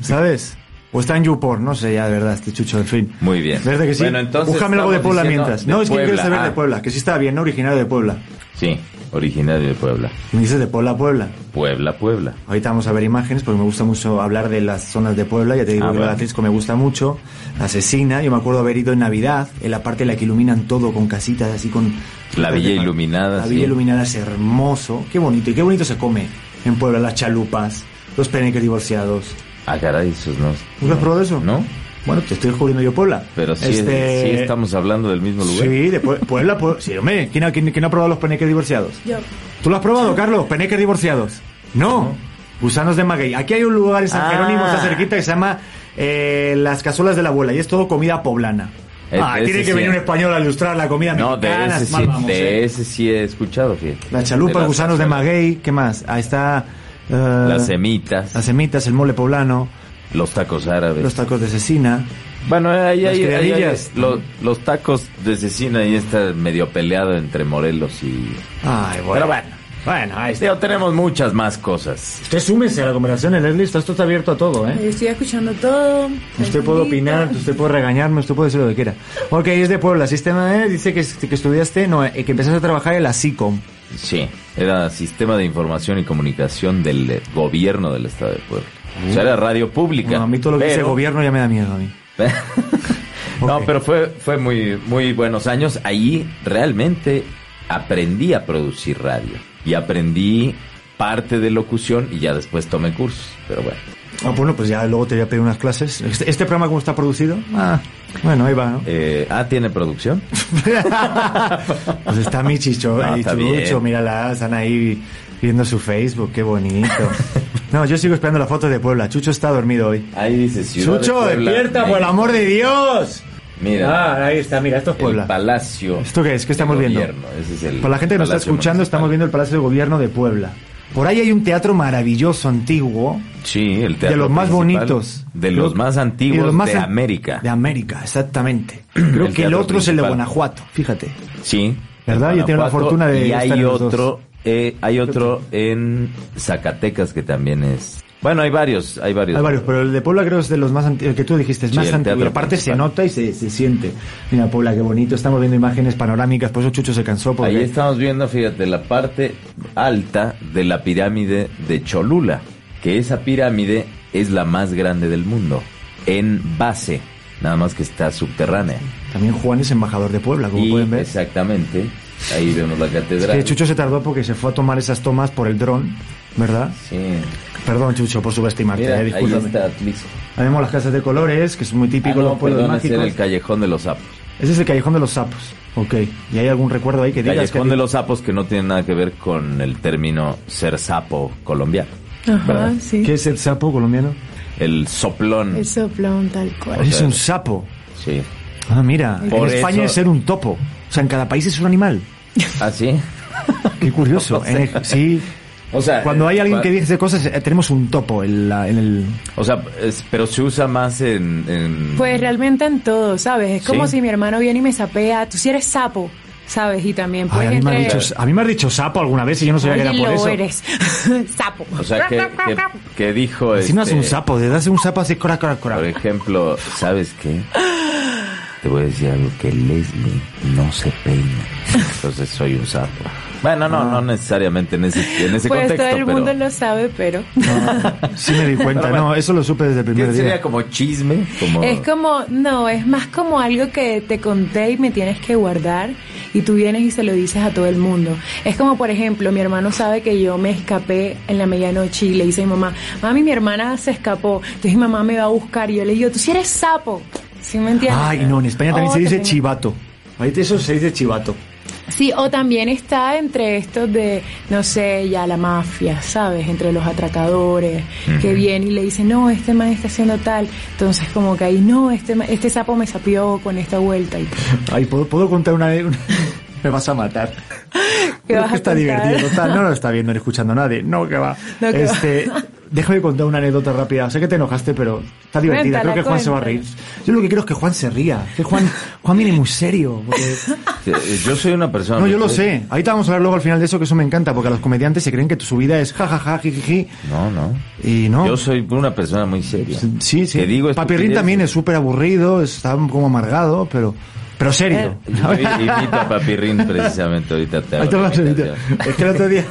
Speaker 1: ¿sabes? O está en YouPorn, no sé, ya de verdad, este chucho, en fin.
Speaker 3: Muy bien.
Speaker 1: ¿Verdad que sí?
Speaker 3: Bueno, entonces
Speaker 1: Búscame algo de
Speaker 3: estamos
Speaker 1: Puebla
Speaker 3: diciendo
Speaker 1: mientras.
Speaker 3: de
Speaker 1: No, es que quiero
Speaker 3: Puebla,
Speaker 1: saber de
Speaker 3: ah.
Speaker 1: Puebla, que sí está bien, ¿no? originario de Puebla.
Speaker 3: Sí, originario de Puebla.
Speaker 1: Me dices de Puebla a Puebla.
Speaker 3: Puebla, Puebla.
Speaker 1: Ahorita vamos a ver imágenes porque me gusta mucho hablar de las zonas de Puebla. Ya te digo
Speaker 3: Ah,
Speaker 1: que
Speaker 3: bueno.
Speaker 1: el Atlético me gusta mucho. Asesina, yo me acuerdo haber ido en Navidad, en la parte en la que iluminan todo con casitas así con.
Speaker 3: La villa iluminada,
Speaker 1: La
Speaker 3: sí.
Speaker 1: villa iluminada es hermoso. Qué bonito. Y qué bonito se come en Puebla las chalupas, los peneques divorciados.
Speaker 3: Ah, caray, esos no.
Speaker 1: ¿No has probado eso?
Speaker 3: No,
Speaker 1: Bueno, te estoy descubriendo yo Puebla.
Speaker 3: pero sí,
Speaker 1: Este,
Speaker 3: sí estamos hablando del mismo lugar.
Speaker 1: Sí, de Pue- Puebla, Puebla. Sí, hombre, ¿quién ha, quién- quién ha probado los peneques divorciados?
Speaker 4: Yo.
Speaker 1: ¿Tú lo has probado, Carlos? Peneques divorciados. No. Gusanos de maguey. Aquí hay un lugar en San
Speaker 3: Ah.
Speaker 1: Jerónimo, está cerquita, que se llama eh, Las Cazuelas de la Abuela. Y es todo comida poblana.
Speaker 3: Eh,
Speaker 1: ah,
Speaker 3: de
Speaker 1: tiene que
Speaker 3: ese sí.
Speaker 1: venir un español a ilustrar la comida
Speaker 3: No, de
Speaker 1: mexicana.
Speaker 3: ese
Speaker 1: es más,
Speaker 3: sí,
Speaker 1: vamos,
Speaker 3: de
Speaker 1: eh.
Speaker 3: ese sí he escuchado, fíjate.
Speaker 1: La
Speaker 3: De
Speaker 1: chalupa,
Speaker 3: las
Speaker 1: gusanos de
Speaker 3: cazuelas.
Speaker 1: maguey, ¿qué más? Ahí está... eh,
Speaker 3: Las semitas,
Speaker 1: Las semitas, el mole poblano,
Speaker 3: los tacos árabes.
Speaker 1: los tacos de cecina.
Speaker 3: bueno, ahí,
Speaker 1: las
Speaker 3: ahí, ahí- ahí-
Speaker 1: criadillas.
Speaker 3: lo- los tacos de cecina ahí está medio peleado entre Morelos y...
Speaker 1: Ay, bueno.
Speaker 3: Pero bueno.
Speaker 1: Bueno, ahí está.
Speaker 3: Digo, tenemos muchas más cosas.
Speaker 1: Usted súmese a la conversación, Leslie. Esto está abierto a todo, ¿eh?
Speaker 4: Yo estoy escuchando todo.
Speaker 1: Usted puede opinar, usted puede regañarme, usted puede decir lo que quiera. Ok, es de Puebla. Sistema E, dice que, que estudiaste, no, eh, que empezaste a trabajar en la SICOM.
Speaker 3: Sí, era Sistema de Información y Comunicación del eh, Gobierno del Estado de Puebla. O sea, era radio pública.
Speaker 1: No, a mí todo lo que dice
Speaker 3: pero-
Speaker 1: gobierno ya me da miedo a mí.
Speaker 3: no,
Speaker 1: Ok.
Speaker 3: pero fue, fue muy, muy buenos años. Ahí realmente aprendí a producir radio. Y aprendí parte de locución y ya después tomé cursos. Pero bueno,
Speaker 1: Ah, bueno, pues ya luego te voy a pedir unas clases. Este, este programa cómo está producido? Ah, bueno, ahí va, ¿no?
Speaker 3: eh, ah, ¿tiene producción?
Speaker 1: pues está mi chicho,
Speaker 3: No,
Speaker 1: ahí,
Speaker 3: está
Speaker 1: chucho,
Speaker 3: bien.
Speaker 1: mírala, están ahí viendo su Facebook, qué bonito. No, yo sigo esperando la foto de Puebla. Chucho está dormido hoy.
Speaker 3: Ahí dice Ciudad de
Speaker 1: Chucho,
Speaker 3: Puebla,
Speaker 1: despierta, por el
Speaker 3: México.
Speaker 1: amor de Dios.
Speaker 3: Mira,
Speaker 1: Ah, ahí está, mira, esto es Puebla.
Speaker 3: el Palacio.
Speaker 1: ¿Esto qué es? ¿Qué
Speaker 3: de
Speaker 1: estamos viendo?
Speaker 3: Gobierno. Ese es el
Speaker 1: Para la gente que nos está
Speaker 3: Palacio
Speaker 1: escuchando, estamos
Speaker 3: Municipal.
Speaker 1: viendo el Palacio de Gobierno de Puebla. Por ahí hay un teatro maravilloso, antiguo.
Speaker 3: Sí, el teatro
Speaker 1: de los más
Speaker 3: principal,
Speaker 1: bonitos.
Speaker 3: De los
Speaker 1: Creo-
Speaker 3: más antiguos
Speaker 1: y
Speaker 3: de,
Speaker 1: los más an-
Speaker 3: América.
Speaker 1: De América, exactamente. Creo
Speaker 3: El
Speaker 1: que el
Speaker 3: teatro
Speaker 1: otro es el de
Speaker 3: principal.
Speaker 1: Guanajuato, fíjate.
Speaker 3: Sí.
Speaker 1: ¿Verdad?
Speaker 3: en
Speaker 1: Yo tengo la
Speaker 3: Guanajuato,
Speaker 1: fortuna de
Speaker 3: Y
Speaker 1: estar
Speaker 3: hay
Speaker 1: en los dos.
Speaker 3: otro, eh, hay otro en Zacatecas que también es. Bueno, hay varios, hay varios.
Speaker 1: Hay varios, pero el de Puebla creo es de los más antiguos, el que tú dijiste, es
Speaker 3: Sí,
Speaker 1: más
Speaker 3: el
Speaker 1: antiguo. Y
Speaker 3: teatro
Speaker 1: aparte se
Speaker 3: principal.
Speaker 1: nota y se, se siente. Mira, Puebla, qué bonito. Estamos viendo imágenes panorámicas, por eso Chucho se cansó. Porque...
Speaker 3: Ahí estamos viendo, fíjate, la parte alta de la pirámide de Cholula, que esa pirámide es la más grande del mundo, en base, nada más que está subterránea.
Speaker 1: También Juan es embajador de Puebla, como
Speaker 3: Y
Speaker 1: pueden ver.
Speaker 3: exactamente, ahí vemos la
Speaker 1: Es
Speaker 3: catedral.
Speaker 1: que Chucho se tardó porque se fue a tomar esas tomas por el dron, ¿verdad?
Speaker 3: Sí.
Speaker 1: Perdón, Chucho, por subestimarte,
Speaker 3: Mira,
Speaker 1: eh,
Speaker 3: ahí
Speaker 1: discúlpame.
Speaker 3: está Atlixco.
Speaker 1: Tenemos las casas de colores, que es muy
Speaker 3: Ah,
Speaker 1: típico de
Speaker 3: no,
Speaker 1: los pueblos
Speaker 3: perdón, ese
Speaker 1: mágicos.
Speaker 3: era el callejón de los sapos.
Speaker 1: Ese es el callejón de los sapos. Ok. ¿Y hay algún recuerdo ahí que digas?
Speaker 3: Callejón
Speaker 1: que-
Speaker 3: de los sapos que no tiene nada que ver con el término ser sapo colombiano.
Speaker 4: Ajá, sí.
Speaker 1: ¿Qué es el sapo colombiano?
Speaker 3: El soplón.
Speaker 4: El soplón tal cual.
Speaker 1: Es un sapo.
Speaker 3: Sí.
Speaker 1: Ah, mira.
Speaker 3: Por
Speaker 1: en España
Speaker 3: eso-
Speaker 1: es ser un topo. O sea, en cada país es un animal.
Speaker 3: ¿Ah, sí?
Speaker 1: Qué curioso.
Speaker 3: No sé.
Speaker 1: En el- sí.
Speaker 3: O sea,
Speaker 1: Cuando hay alguien
Speaker 3: cua-
Speaker 1: que dice cosas, eh, tenemos un topo en, la- en el...
Speaker 3: O sea, es- pero se usa más en... en-
Speaker 4: Pues realmente en todo, ¿sabes? Es como
Speaker 3: Sí.
Speaker 4: si mi hermano viene y me sapea, tú si eres sapo, ¿sabes? Y también
Speaker 1: Ay,
Speaker 4: pues
Speaker 1: a, mí me han
Speaker 4: entre-
Speaker 1: dicho, a mí me han dicho sapo alguna vez y yo no sabía que era
Speaker 4: Alguien
Speaker 1: por
Speaker 4: lo
Speaker 1: eso. Este
Speaker 4: eres. sapo.
Speaker 3: O sea, que, que, que dijo...
Speaker 1: Si no hace
Speaker 3: este,
Speaker 1: un sapo, de hace un sapo así, cora, cora, cora.
Speaker 3: Por ejemplo, ¿sabes qué? Te voy a decir algo, que Leslie no se peina. Entonces soy un sapo. Bueno, no,
Speaker 1: Ah.
Speaker 3: no necesariamente en ese, en ese
Speaker 4: pues
Speaker 3: contexto,
Speaker 4: todo el mundo
Speaker 3: pero...
Speaker 4: lo sabe, pero...
Speaker 1: Sí me di cuenta,
Speaker 3: Pero bueno.
Speaker 1: no, eso lo supe desde el
Speaker 3: ¿qué
Speaker 1: primer
Speaker 3: sería
Speaker 1: día.
Speaker 3: como chisme? Como...
Speaker 4: Es como, no, es más como algo que te conté y me tienes que guardar y tú vienes y se lo dices a todo el mundo. Es como, por ejemplo, mi hermano sabe que yo me escapé en la medianoche y le dice a mi mamá, mami, mi hermana se escapó, entonces mi mamá me va a buscar y yo le digo, tú si eres sapo. ¿Sí me entiendes?
Speaker 1: Ay, no, en España también
Speaker 4: Oh,
Speaker 1: se
Speaker 4: te
Speaker 1: dice
Speaker 4: tengo-
Speaker 1: chivato. Ahí eso se dice chivato.
Speaker 4: Sí, o también está entre estos de, no sé, ya la mafia, ¿sabes? Entre los atracadores, que viene y le dice, no, este man está haciendo tal. Entonces, como que ahí, no, este, ma- este sapo me sapió con esta vuelta. Y
Speaker 1: Ay, ¿puedo, puedo contar una vez? Me vas a matar. Creo
Speaker 4: vas
Speaker 1: que
Speaker 4: a
Speaker 1: está
Speaker 4: contar?
Speaker 1: divertido. Total, no lo está viendo ni escuchando nadie. No, que va.
Speaker 4: No, que
Speaker 1: este, déjame contar una anécdota rápida. Sé que te enojaste, pero está divertida.
Speaker 4: Cuéntala,
Speaker 1: creo que Juan se va a reír.
Speaker 4: cuéntala.
Speaker 1: Yo lo que quiero es que Juan se ría. Que Juan, Juan viene muy serio. porque-
Speaker 3: Eh, Yo soy una persona...
Speaker 1: No, yo lo sé. Ahí te vamos a hablar luego al final de eso, que eso me encanta, porque a los comediantes se creen que tu subida es jajaja, jijiji.
Speaker 3: No, no.
Speaker 1: Y no.
Speaker 3: Yo soy una persona muy seria.
Speaker 1: Sí, sí.
Speaker 3: Te digo
Speaker 1: Papirrín
Speaker 3: estupideces.
Speaker 1: también es súper aburrido, está como amargado, pero, pero serio.
Speaker 4: Eh,
Speaker 3: Yo imito a Papirrín precisamente ahorita. Te hago
Speaker 1: Ahí te
Speaker 3: la
Speaker 1: vas a reír.
Speaker 3: imitación.
Speaker 1: Es que el otro día.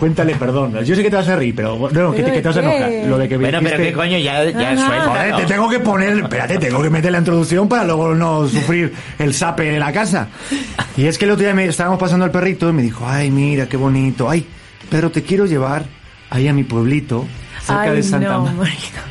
Speaker 1: Cuéntale, perdón. Yo sé que te vas a reír, pero no, que, te- que te vas a
Speaker 4: ¿Pero de
Speaker 1: enojar.
Speaker 4: qué?
Speaker 1: Lo de que
Speaker 3: Bueno, pero
Speaker 1: dijiste-
Speaker 3: qué coño, ya, ya
Speaker 4: Ajá.
Speaker 3: suelta,
Speaker 1: Joder, te
Speaker 3: ¿no?
Speaker 1: tengo que poner, espérate, tengo que meter la introducción para luego no sufrir el sape de la casa. Y es que el otro día me estábamos pasando al perrito y me dijo, ay, mira, qué bonito, ay, pero te quiero llevar ahí a mi pueblito, cerca
Speaker 4: Ay,
Speaker 1: de Santa,
Speaker 4: no,
Speaker 1: Ma-
Speaker 4: marica.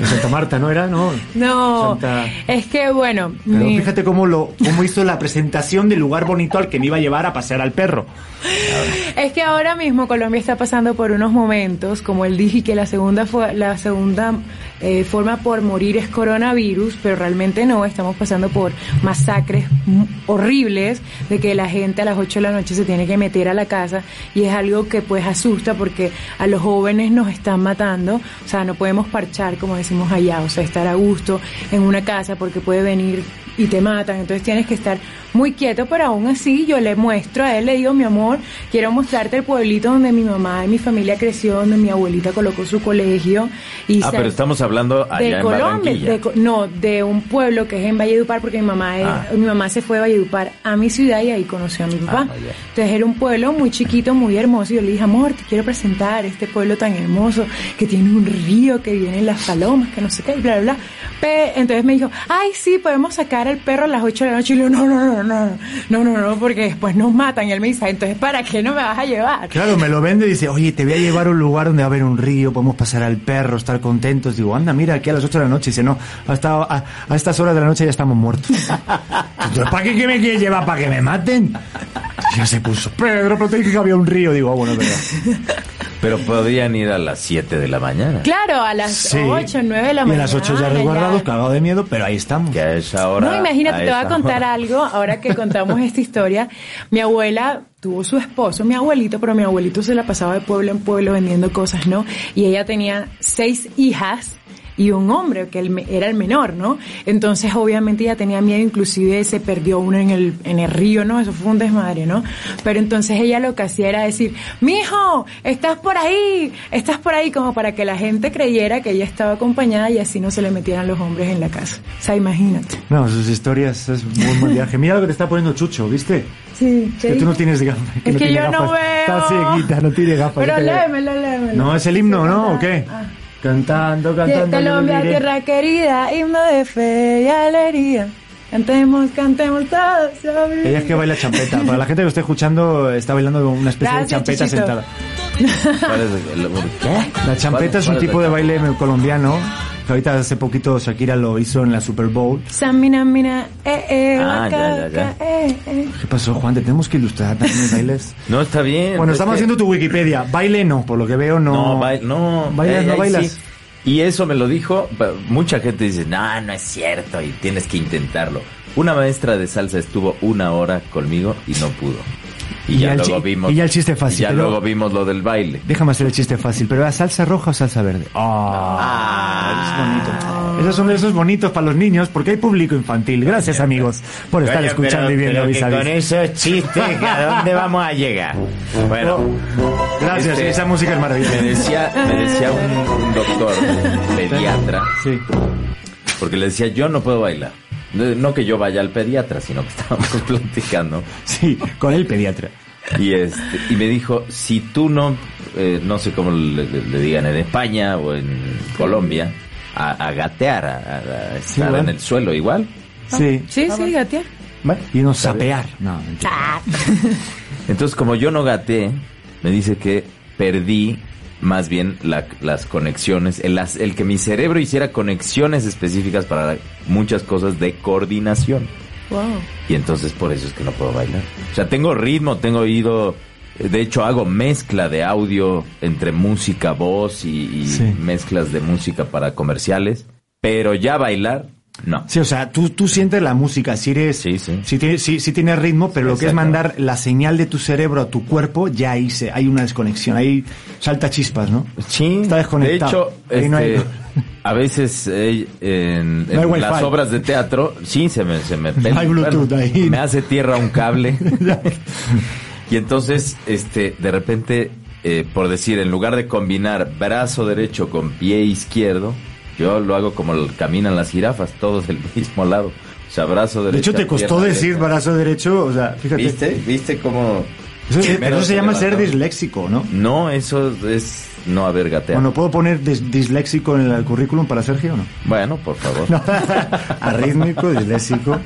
Speaker 1: de Santa Marta, ¿no era? No.
Speaker 4: No,
Speaker 1: Santa-
Speaker 4: es que bueno,
Speaker 1: Pero
Speaker 4: mi-
Speaker 1: fíjate cómo, lo, cómo hizo la presentación del lugar bonito al que me iba a llevar a pasear al perro.
Speaker 4: es que ahora mismo Colombia está pasando por unos momentos, como él dije que la segunda fue la segunda eh, forma por morir es coronavirus, pero realmente no, estamos pasando por masacres m- horribles de que la gente a las 8 de la noche se tiene que meter a la casa y es algo que pues asusta porque a los jóvenes nos están matando, o sea, no podemos parchar como decimos allá, o sea, estar a gusto en una casa porque puede venir y te matan, entonces tienes que estar muy quieto, pero aún así yo le muestro a él, le digo, mi amor, quiero mostrarte el pueblito donde mi mamá y mi familia creció, donde mi abuelita colocó su colegio. Y
Speaker 3: Ah,
Speaker 4: se-
Speaker 3: pero estamos hablando allá
Speaker 4: de
Speaker 3: en
Speaker 4: Colombia,
Speaker 3: Barranquilla.
Speaker 4: de Co- no, de un pueblo que es en Valledupar, porque mi mamá, es-
Speaker 3: Ah.
Speaker 4: mi mamá se fue a Valledupar a mi ciudad y ahí conoció a mi papá.
Speaker 3: Ah, ya.
Speaker 4: Entonces era un pueblo muy chiquito, muy hermoso. Y yo le dije, amor, te quiero presentar este pueblo tan hermoso, que tiene un río, que vienen las palomas, que no sé qué, y bla, bla, bla. Pe- entonces me dijo, ay, sí, podemos sacar al perro a las 8 de la noche. Y yo, no, no, no, no, no, no, no, porque después nos matan. Y él me dice, entonces, ¿para qué no me vas a llevar?
Speaker 1: Claro, me lo vende y dice, oye, te voy a llevar a un lugar donde va a haber un río, podemos pasar al perro, estar contentos. Digo, anda, mira, aquí a las 8 de la noche. Dice, no, hasta a, a estas horas de la noche ya estamos muertos. Entonces, ¿para qué, qué me quieres llevar? ¿Para que me maten? Y ya se puso, Pedro, pero te dije que había un río. Digo, ah, bueno, es verdad.
Speaker 3: Pero podrían ir a las 7 de la mañana.
Speaker 4: Claro, a las 8, 9 de la mañana.
Speaker 1: Y a las 8 ya resguardados, cagados de miedo, pero ahí estamos.
Speaker 3: Que a esa hora.
Speaker 4: No, imagínate, te voy a
Speaker 3: esa
Speaker 4: contar
Speaker 3: hora.
Speaker 4: algo ahora que contamos esta historia. Mi abuela tuvo su esposo, mi abuelito, pero mi abuelito se la pasaba de pueblo en pueblo vendiendo cosas, ¿no? Y ella tenía seis hijas y un hombre, que él me- era el menor, ¿no? Entonces, obviamente, ella tenía miedo, inclusive se perdió uno en el, en el río, ¿no? Eso fue un desmadre, ¿no? Pero entonces ella lo que hacía era decir, mijo, estás por ahí, estás por ahí, como para que la gente creyera que ella estaba acompañada y así no se le metieran los hombres en la casa. O sea, imagínate.
Speaker 1: No, sus historias es un buen viaje. Mira lo que te está poniendo Chucho, ¿viste?
Speaker 4: Sí,
Speaker 1: Que tú no tienes gafas.
Speaker 4: Es
Speaker 1: no
Speaker 4: que
Speaker 1: tiene
Speaker 4: yo no
Speaker 1: gafas.
Speaker 4: veo.
Speaker 1: Está cieguita, no tiene gafas.
Speaker 4: Pero
Speaker 1: no te veo.
Speaker 4: léemelo, léemelo.
Speaker 1: No, es el himno, ¿no? ¿O qué?
Speaker 4: Ah.
Speaker 1: Cantando,
Speaker 4: Que
Speaker 1: cantando.
Speaker 4: Colombia,
Speaker 1: yo diré.
Speaker 4: tierra querida, himno de fe y alegría. Cantemos, cantemos todos. sobre-
Speaker 1: Ella es que baila champeta. Para la gente que lo esté escuchando, está bailando una especie de
Speaker 4: Gracias,
Speaker 1: champeta
Speaker 4: Chuchito.
Speaker 1: sentada.
Speaker 3: ¿Cuál es el- el- ¿Qué?
Speaker 1: La
Speaker 3: ¿Cuál-
Speaker 1: champeta es
Speaker 3: cuál
Speaker 1: un tipo
Speaker 3: la
Speaker 1: de baile colombiano que ahorita hace poquito Shakira lo hizo en la Super Bowl.
Speaker 4: Samina, mina, eh, eh,
Speaker 3: Ah,
Speaker 4: vaca,
Speaker 3: ya, ya, ya.
Speaker 4: vaca, eh, eh.
Speaker 1: ¿Qué pasó, Juan? Te tenemos que ilustrar también los bailes.
Speaker 3: No, está bien.
Speaker 1: Bueno,
Speaker 3: Es
Speaker 1: estamos
Speaker 3: que-
Speaker 1: haciendo tu Wikipedia. Baile no, por lo que veo no.
Speaker 3: No, bail- no.
Speaker 1: Bailas,
Speaker 3: eh,
Speaker 1: no
Speaker 3: ahí
Speaker 1: bailas.
Speaker 3: sí. Y eso me lo dijo, pa- mucha gente dice, no, no es cierto y tienes que intentarlo. Una maestra de salsa estuvo una hora conmigo y no pudo. Y,
Speaker 1: Y ya
Speaker 3: ya
Speaker 1: el
Speaker 3: luego
Speaker 1: chi-
Speaker 3: vimos...
Speaker 1: y ya el chiste fácil,
Speaker 3: y ya
Speaker 1: pero-
Speaker 3: luego vimos lo del baile.
Speaker 1: Déjame hacer el chiste fácil, pero ¿era salsa roja o salsa verde?
Speaker 3: Ah.
Speaker 1: Ah, es bonito. Esos son esos bonitos para los niños porque hay público infantil. Gracias, amigos, por estar
Speaker 2: Coño,
Speaker 1: escuchando
Speaker 2: pero-
Speaker 1: y viendo
Speaker 2: pero que
Speaker 1: Vis a Vis.
Speaker 2: Con esos chistes, ¿a dónde vamos a llegar?
Speaker 3: Bueno,
Speaker 1: Gracias,
Speaker 3: este-
Speaker 1: esa música es
Speaker 3: me
Speaker 1: maravillosa.
Speaker 3: decía, me decía un, un doctor, un pediatra,
Speaker 1: Sí.
Speaker 3: porque le decía, yo no puedo bailar. No no que yo vaya al pediatra, sino que estábamos platicando.
Speaker 1: Sí, con el pediatra.
Speaker 3: Y, este, y me dijo, si tú no, eh, no sé cómo le, le- le digan en España o en Colombia, a, a gatear, a, a- a estar
Speaker 1: ¿verdad?
Speaker 3: en el suelo igual.
Speaker 1: Sí.
Speaker 4: Sí, sí, gatear.
Speaker 1: Y no sapear. No, mentira.
Speaker 3: Entonces, como yo no gateé, me dice que perdí más bien la- las conexiones, el, las- el que mi cerebro hiciera conexiones específicas para muchas cosas de coordinación.
Speaker 4: Wow.
Speaker 3: Y entonces por eso es que no puedo bailar. O sea, tengo ritmo, tengo oído. De hecho, hago mezcla de audio entre música, voz y, y
Speaker 1: Sí.
Speaker 3: mezclas de música para comerciales. Pero ya bailar, no.
Speaker 1: Sí, o sea, tú, tú sientes la música, si eres,
Speaker 3: Sí, sí.
Speaker 1: si tienes, si, si tienes ritmo, pero lo que es
Speaker 3: Exacto.
Speaker 1: mandar la señal de tu cerebro a tu cuerpo, ya ahí se, hay una desconexión, ahí salta chispas, ¿no?
Speaker 3: Sí,
Speaker 1: Está
Speaker 3: de
Speaker 1: desconectado.
Speaker 3: hecho,
Speaker 1: Ahí no hay-
Speaker 3: este, a veces eh, en,
Speaker 1: No hay
Speaker 3: en
Speaker 1: wifi.
Speaker 3: las obras de teatro, sí, se me, se me
Speaker 1: No hay Bluetooth ahí.
Speaker 3: Me hace tierra un cable. y entonces, este, de repente, eh, por decir, en lugar de combinar brazo derecho con pie izquierdo, yo lo hago como lo- caminan las jirafas, todos del mismo lado. O sea, brazo
Speaker 1: De
Speaker 3: derecho.
Speaker 1: hecho, te costó decir brazo derecho, o sea, fíjate.
Speaker 3: ¿Viste? ¿Viste cómo?
Speaker 1: Eso, pero
Speaker 3: primero
Speaker 1: eso se llama ser
Speaker 3: levantó?
Speaker 1: disléxico, ¿no?
Speaker 3: No, eso es no haber gateado.
Speaker 1: Bueno, ¿puedo poner dis- disléxico en el currículum para Sergio o no?
Speaker 3: Bueno, por favor.
Speaker 1: Arrítmico, disléxico.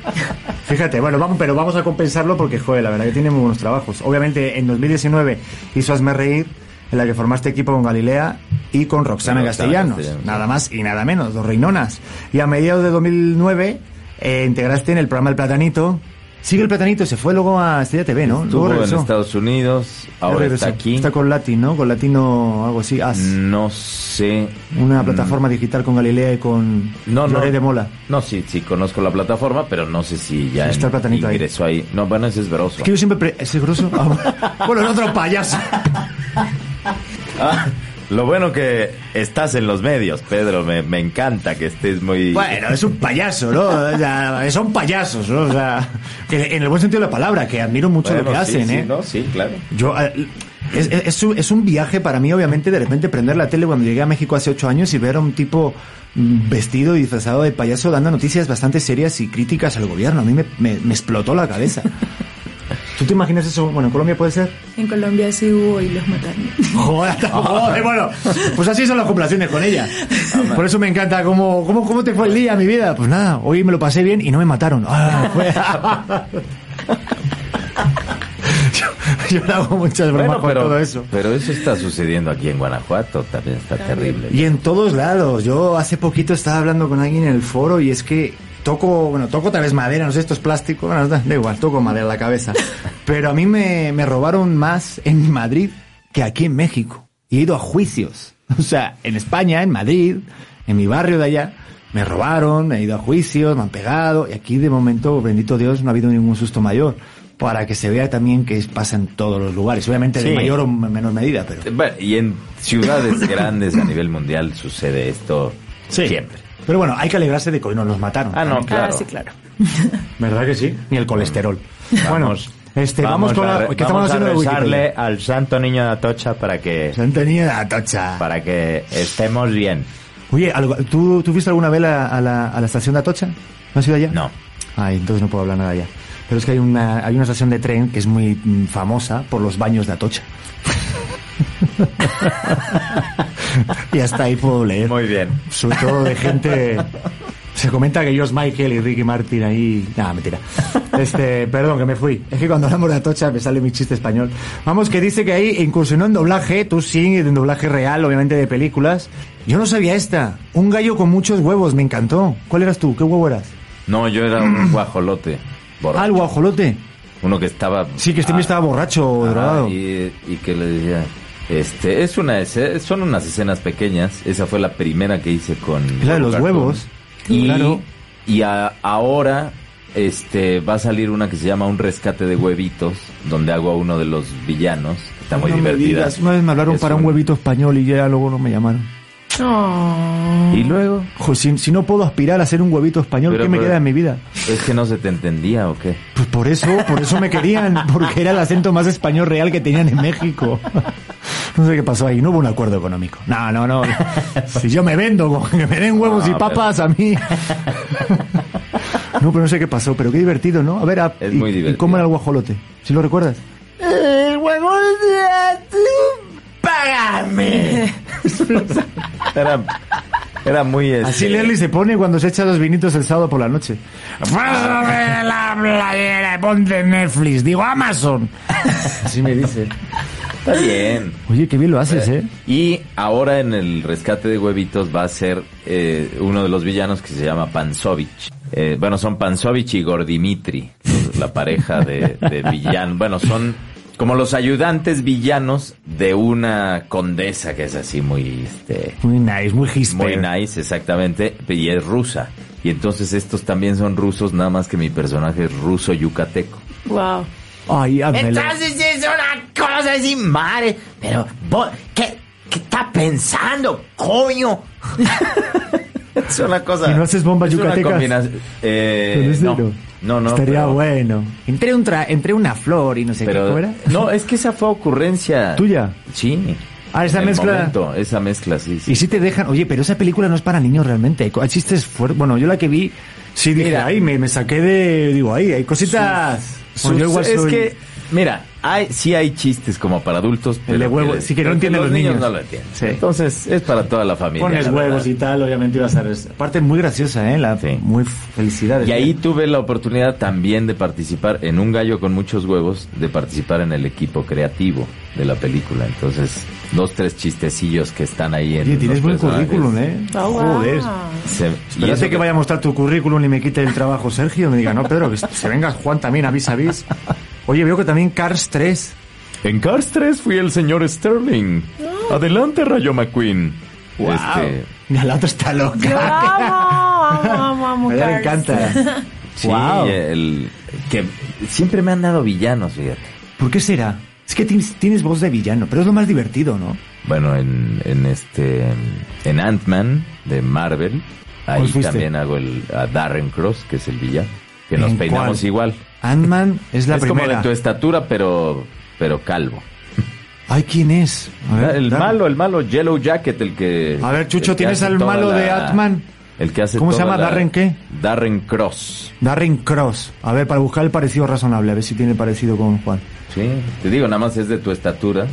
Speaker 1: Fíjate, bueno, vamos, pero vamos a compensarlo porque, joder, la verdad que tiene muy buenos trabajos. Obviamente, en 2019 hizo Hazme Reír, en la que formaste equipo con Galilea y con Roxana
Speaker 3: Con Roxana
Speaker 1: Castellanos.
Speaker 3: Castellanos.
Speaker 1: Nada más y nada menos, dos reinonas. Y a mediados de 2009 eh, integraste en el programa El Platanito. Sigue El Platanito, se fue luego a Estrella TV, ¿no?
Speaker 3: Estuvo
Speaker 1: luego
Speaker 3: en
Speaker 1: regresó.
Speaker 3: Estados Unidos, ahora
Speaker 1: Regresó.
Speaker 3: está aquí.
Speaker 1: Está con Latin, ¿no? Con Latino, algo así, As.
Speaker 3: No sé.
Speaker 1: Una plataforma digital con Galilea y con
Speaker 3: Mm. No, no.
Speaker 1: Lloret de Mola.
Speaker 3: No, sí, sí, conozco la plataforma, pero no sé si ya
Speaker 1: Está el platanito ahí.
Speaker 3: ingresó ahí. No, bueno, ese es Veroso.
Speaker 1: Es que yo siempre... pre- ¿Ese es grosso? Ah, bueno. bueno, el otro payaso.
Speaker 3: Ah, lo bueno que estás en los medios, Pedro. Me, me encanta que estés muy...
Speaker 1: Bueno, es un payaso, ¿no? O sea, son payasos, ¿no? O sea, que en el buen sentido de la palabra, que admiro mucho
Speaker 3: Bueno,
Speaker 1: lo que
Speaker 3: sí,
Speaker 1: hacen,
Speaker 3: sí,
Speaker 1: ¿eh?
Speaker 3: no, sí, claro.
Speaker 1: Yo... eh, Es, es- es un- es un viaje para mí, obviamente, de repente prender la tele cuando llegué a México hace ocho años y ver a un tipo mm, vestido y disfrazado de payaso dando noticias bastante serias y críticas al gobierno. A mí me, me- me explotó la cabeza. ¿Tú te imaginas eso? Bueno, en Colombia puede ser.
Speaker 4: En Colombia sí hubo y los mataron. Ah,
Speaker 1: Joder, joder, bueno, pues así son las comparaciones con ella. Por eso me encanta cómo, cómo, cómo te fue el día, mi vida. Pues nada, hoy me lo pasé bien y no me mataron. Ah, fue- yo, yo le hago muchas bromas
Speaker 3: Bueno, pero,
Speaker 1: con todo eso.
Speaker 3: pero eso está sucediendo aquí en Guanajuato. También está terrible.
Speaker 1: Y en todos lados. Yo hace poquito estaba hablando con alguien en el foro y es que toco, bueno, toco tal vez madera, no sé, esto es plástico, bueno, da da igual, toco madera en la cabeza. Pero a mí me, me robaron más en Madrid que aquí en México. Y he ido a juicios. O sea, en España, en Madrid, en mi barrio de allá, me robaron, he ido a juicios, me han pegado. Y aquí de momento, bendito Dios, no ha habido ningún susto mayor. Para que se vea también que es- pasa en todos los lugares. Obviamente de
Speaker 3: Sí.
Speaker 1: mayor o menor medida, pero...
Speaker 3: Bueno, y en ciudades grandes a nivel mundial sucede esto siempre.
Speaker 1: Pero bueno, hay que alegrarse de que hoy no nos mataron.
Speaker 3: Ah, no, claro.
Speaker 4: sí, claro.
Speaker 1: ¿Verdad que sí? Ni el colesterol. bueno, este, vamos, con
Speaker 2: a
Speaker 1: la...
Speaker 2: re-
Speaker 1: ¿Qué
Speaker 2: vamos
Speaker 1: estamos haciendo
Speaker 2: a
Speaker 1: de
Speaker 2: rezarle
Speaker 1: Wikipedia?
Speaker 2: al santo niño de Atocha para que,
Speaker 1: Santenía de Atocha.
Speaker 2: para que estemos bien.
Speaker 1: Oye, algo- ¿tú, ¿tú fuiste alguna vez a, a la, a la estación de Atocha? ¿No has ido allá?
Speaker 3: No.
Speaker 1: Ay, entonces no puedo hablar nada allá. Pero es que hay una, hay una estación de tren que es muy mm, famosa por los baños de Atocha. y hasta ahí puedo leer.
Speaker 3: Muy bien.
Speaker 1: Sobre todo de gente. Se comenta que Josh Michael y Ricky Martin ahí. Nada, mentira. Este, perdón, que me fui. Es que cuando hablamos de Atocha me sale mi chiste español. Vamos, que dice que ahí incursionó en doblaje, tú sí, en doblaje real, obviamente de películas. Yo no sabía esta. Un gallo con muchos huevos, me encantó. ¿Cuál eras tú? ¿Qué huevo eras?
Speaker 3: No, yo era un guajolote. borracho.
Speaker 1: Ah, el guajolote.
Speaker 3: Uno que estaba.
Speaker 1: Sí, que este
Speaker 3: ah,
Speaker 1: me estaba borracho o
Speaker 3: ah,
Speaker 1: drogado.
Speaker 3: Y, y que le decía. Este, es una, esce- son unas escenas pequeñas. Esa fue la primera que hice con.
Speaker 1: Es la de los
Speaker 3: Cartoon.
Speaker 1: huevos.
Speaker 3: Y,
Speaker 1: Claro.
Speaker 3: y a- ahora este, va a salir una que se llama Un rescate de huevitos, donde hago a uno de los villanos. que Está muy
Speaker 1: No me
Speaker 3: divertida.
Speaker 1: digas, Una vez me hablaron
Speaker 3: Es
Speaker 1: para un huevito español y ya luego no me llamaron.
Speaker 4: Oh.
Speaker 3: Y luego.
Speaker 1: Jo, si, si no puedo aspirar a ser un huevito español,
Speaker 3: Pero- e-
Speaker 1: ¿qué me
Speaker 3: pero-
Speaker 1: queda en mi vida?
Speaker 3: Es que no se te entendía o qué.
Speaker 1: Pues por eso, por eso me querían, porque era el acento más español real que tenían en México. No sé qué pasó ahí, no hubo un acuerdo económico. No, no, no. Si yo me vendo, con que me den huevos
Speaker 3: No,
Speaker 1: y papas a mí. No, pero no sé qué pasó, pero qué divertido, ¿no? A ver, a-
Speaker 3: Es
Speaker 1: y-
Speaker 3: muy
Speaker 1: ¿y
Speaker 3: divertido.
Speaker 1: cómo era el guajolote? ¿Si lo recuerdas?
Speaker 3: El huevo págame. era, era muy este,
Speaker 1: Así Leslie se pone cuando se echa los vinitos el sábado por la noche. Pásame la playera, y ponte Netflix, digo Amazon. Así me dice.
Speaker 3: Está bien.
Speaker 1: Oye, qué bien lo haces, ¿eh?
Speaker 3: Y ahora en el rescate de huevitos va a ser eh, uno de los villanos que se llama Panzovich. Eh, bueno, son Panzovich y Gordimitri, los- la pareja de, de villanos. Bueno, son como los ayudantes villanos de una condesa que es así muy, este,
Speaker 1: Muy nice, muy gisper.
Speaker 3: muy nice, exactamente, y es rusa. Y entonces estos también son rusos, nada más que mi personaje es ruso yucateco.
Speaker 4: Wow.
Speaker 1: Ay, házmelo.
Speaker 2: es una cosa así, madre. Pero, vos, ¿qué, qué está pensando, coño?
Speaker 3: Es una cosa.
Speaker 1: ¿Y no haces bombas
Speaker 3: es una
Speaker 1: yucatecas?
Speaker 3: combina- eh,
Speaker 1: Con ese,
Speaker 3: no, no, no,
Speaker 1: Estaría
Speaker 3: pero-
Speaker 1: bueno. Entré, un tra- entré una flor y no sé
Speaker 3: pero-
Speaker 1: qué fuera.
Speaker 3: no, es que esa fue ocurrencia.
Speaker 1: ¿Tuya?
Speaker 3: Sí.
Speaker 1: Ah, esa
Speaker 3: En el
Speaker 1: mezcla.
Speaker 3: momento, esa mezcla, sí. sí.
Speaker 1: Y si te dejan, oye, pero esa película no es para niños realmente. Hay, co- hay chistes fuertes. Bueno, yo la que vi, sí dije,
Speaker 3: Mira.
Speaker 1: ay, me, me saqué de, digo, ay, hay cositas.
Speaker 3: Sus-
Speaker 1: Bueno, pues yo igual
Speaker 3: es
Speaker 1: soy-
Speaker 3: que, mira, hay, sí hay chistes como para adultos, pero.
Speaker 1: de huevo, sí que no entienden
Speaker 3: los
Speaker 1: los
Speaker 3: niños.
Speaker 1: niños.
Speaker 3: no lo entienden.
Speaker 1: Sí.
Speaker 3: Entonces, es para toda la familia.
Speaker 1: Pones
Speaker 3: la
Speaker 1: huevos
Speaker 3: verdad.
Speaker 1: y tal, obviamente ibas a ver. Aparte, muy graciosa, ¿eh? La,
Speaker 3: Sí.
Speaker 1: Muy f- felicidades.
Speaker 3: Y ahí tuve la oportunidad también de participar en Un Gallo con muchos huevos, de participar en el equipo creativo de la película. Entonces, dos, tres chistecillos que están ahí en
Speaker 1: Oye, tienes
Speaker 3: los
Speaker 1: buen
Speaker 3: personajes.
Speaker 1: currículum, ¿eh?
Speaker 4: Oh, wow.
Speaker 1: Joder.
Speaker 3: Se- y eso
Speaker 1: Espérate que vaya a mostrar tu currículum y me quite el trabajo Sergio y me diga, no, Pedro, que se venga Juan también, avis, avis. Oye, veo que también Cars 3.
Speaker 3: En Cars 3 fui el señor Sterling. Adelante, Rayo McQueen. Este,
Speaker 1: Mira, la otra está
Speaker 4: Yo
Speaker 1: loca.
Speaker 4: amo, amo, amo, amo.
Speaker 1: A ella le
Speaker 4: Cars.
Speaker 1: encanta.
Speaker 3: sí, eh.
Speaker 1: Wow.
Speaker 3: el, que siempre me han dado villanos, fíjate.
Speaker 1: ¿Por qué será? Es que tienes, tienes voz de villano, pero es lo más divertido, ¿no?
Speaker 3: Bueno, en, en este en Ant-Man de Marvel, ahí
Speaker 1: ¿Cuál fuiste?
Speaker 3: también hago el a Darren Cross, que es el villano, que nos
Speaker 1: ¿En
Speaker 3: peinamos
Speaker 1: cuál?
Speaker 3: igual.
Speaker 1: Ant-Man es la
Speaker 3: es como
Speaker 1: primera.
Speaker 3: de tu estatura, pero pero calvo.
Speaker 1: Ay, ¿quién es? A ver,
Speaker 3: el
Speaker 1: dame.
Speaker 3: malo, el malo Yellow Jacket, el que
Speaker 1: A ver, Chucho,
Speaker 3: el que
Speaker 1: ¿tienes
Speaker 3: hace
Speaker 1: al
Speaker 3: toda
Speaker 1: malo de Ant-Man?
Speaker 3: El que hace
Speaker 1: ¿Cómo se
Speaker 3: toda
Speaker 1: llama?
Speaker 3: la-
Speaker 1: ¿Darren qué?
Speaker 3: Darren Cross.
Speaker 1: Darren Cross. A ver, para buscar el parecido razonable, a ver si tiene parecido con Juan.
Speaker 3: Sí, te digo, nada más es de tu estatura.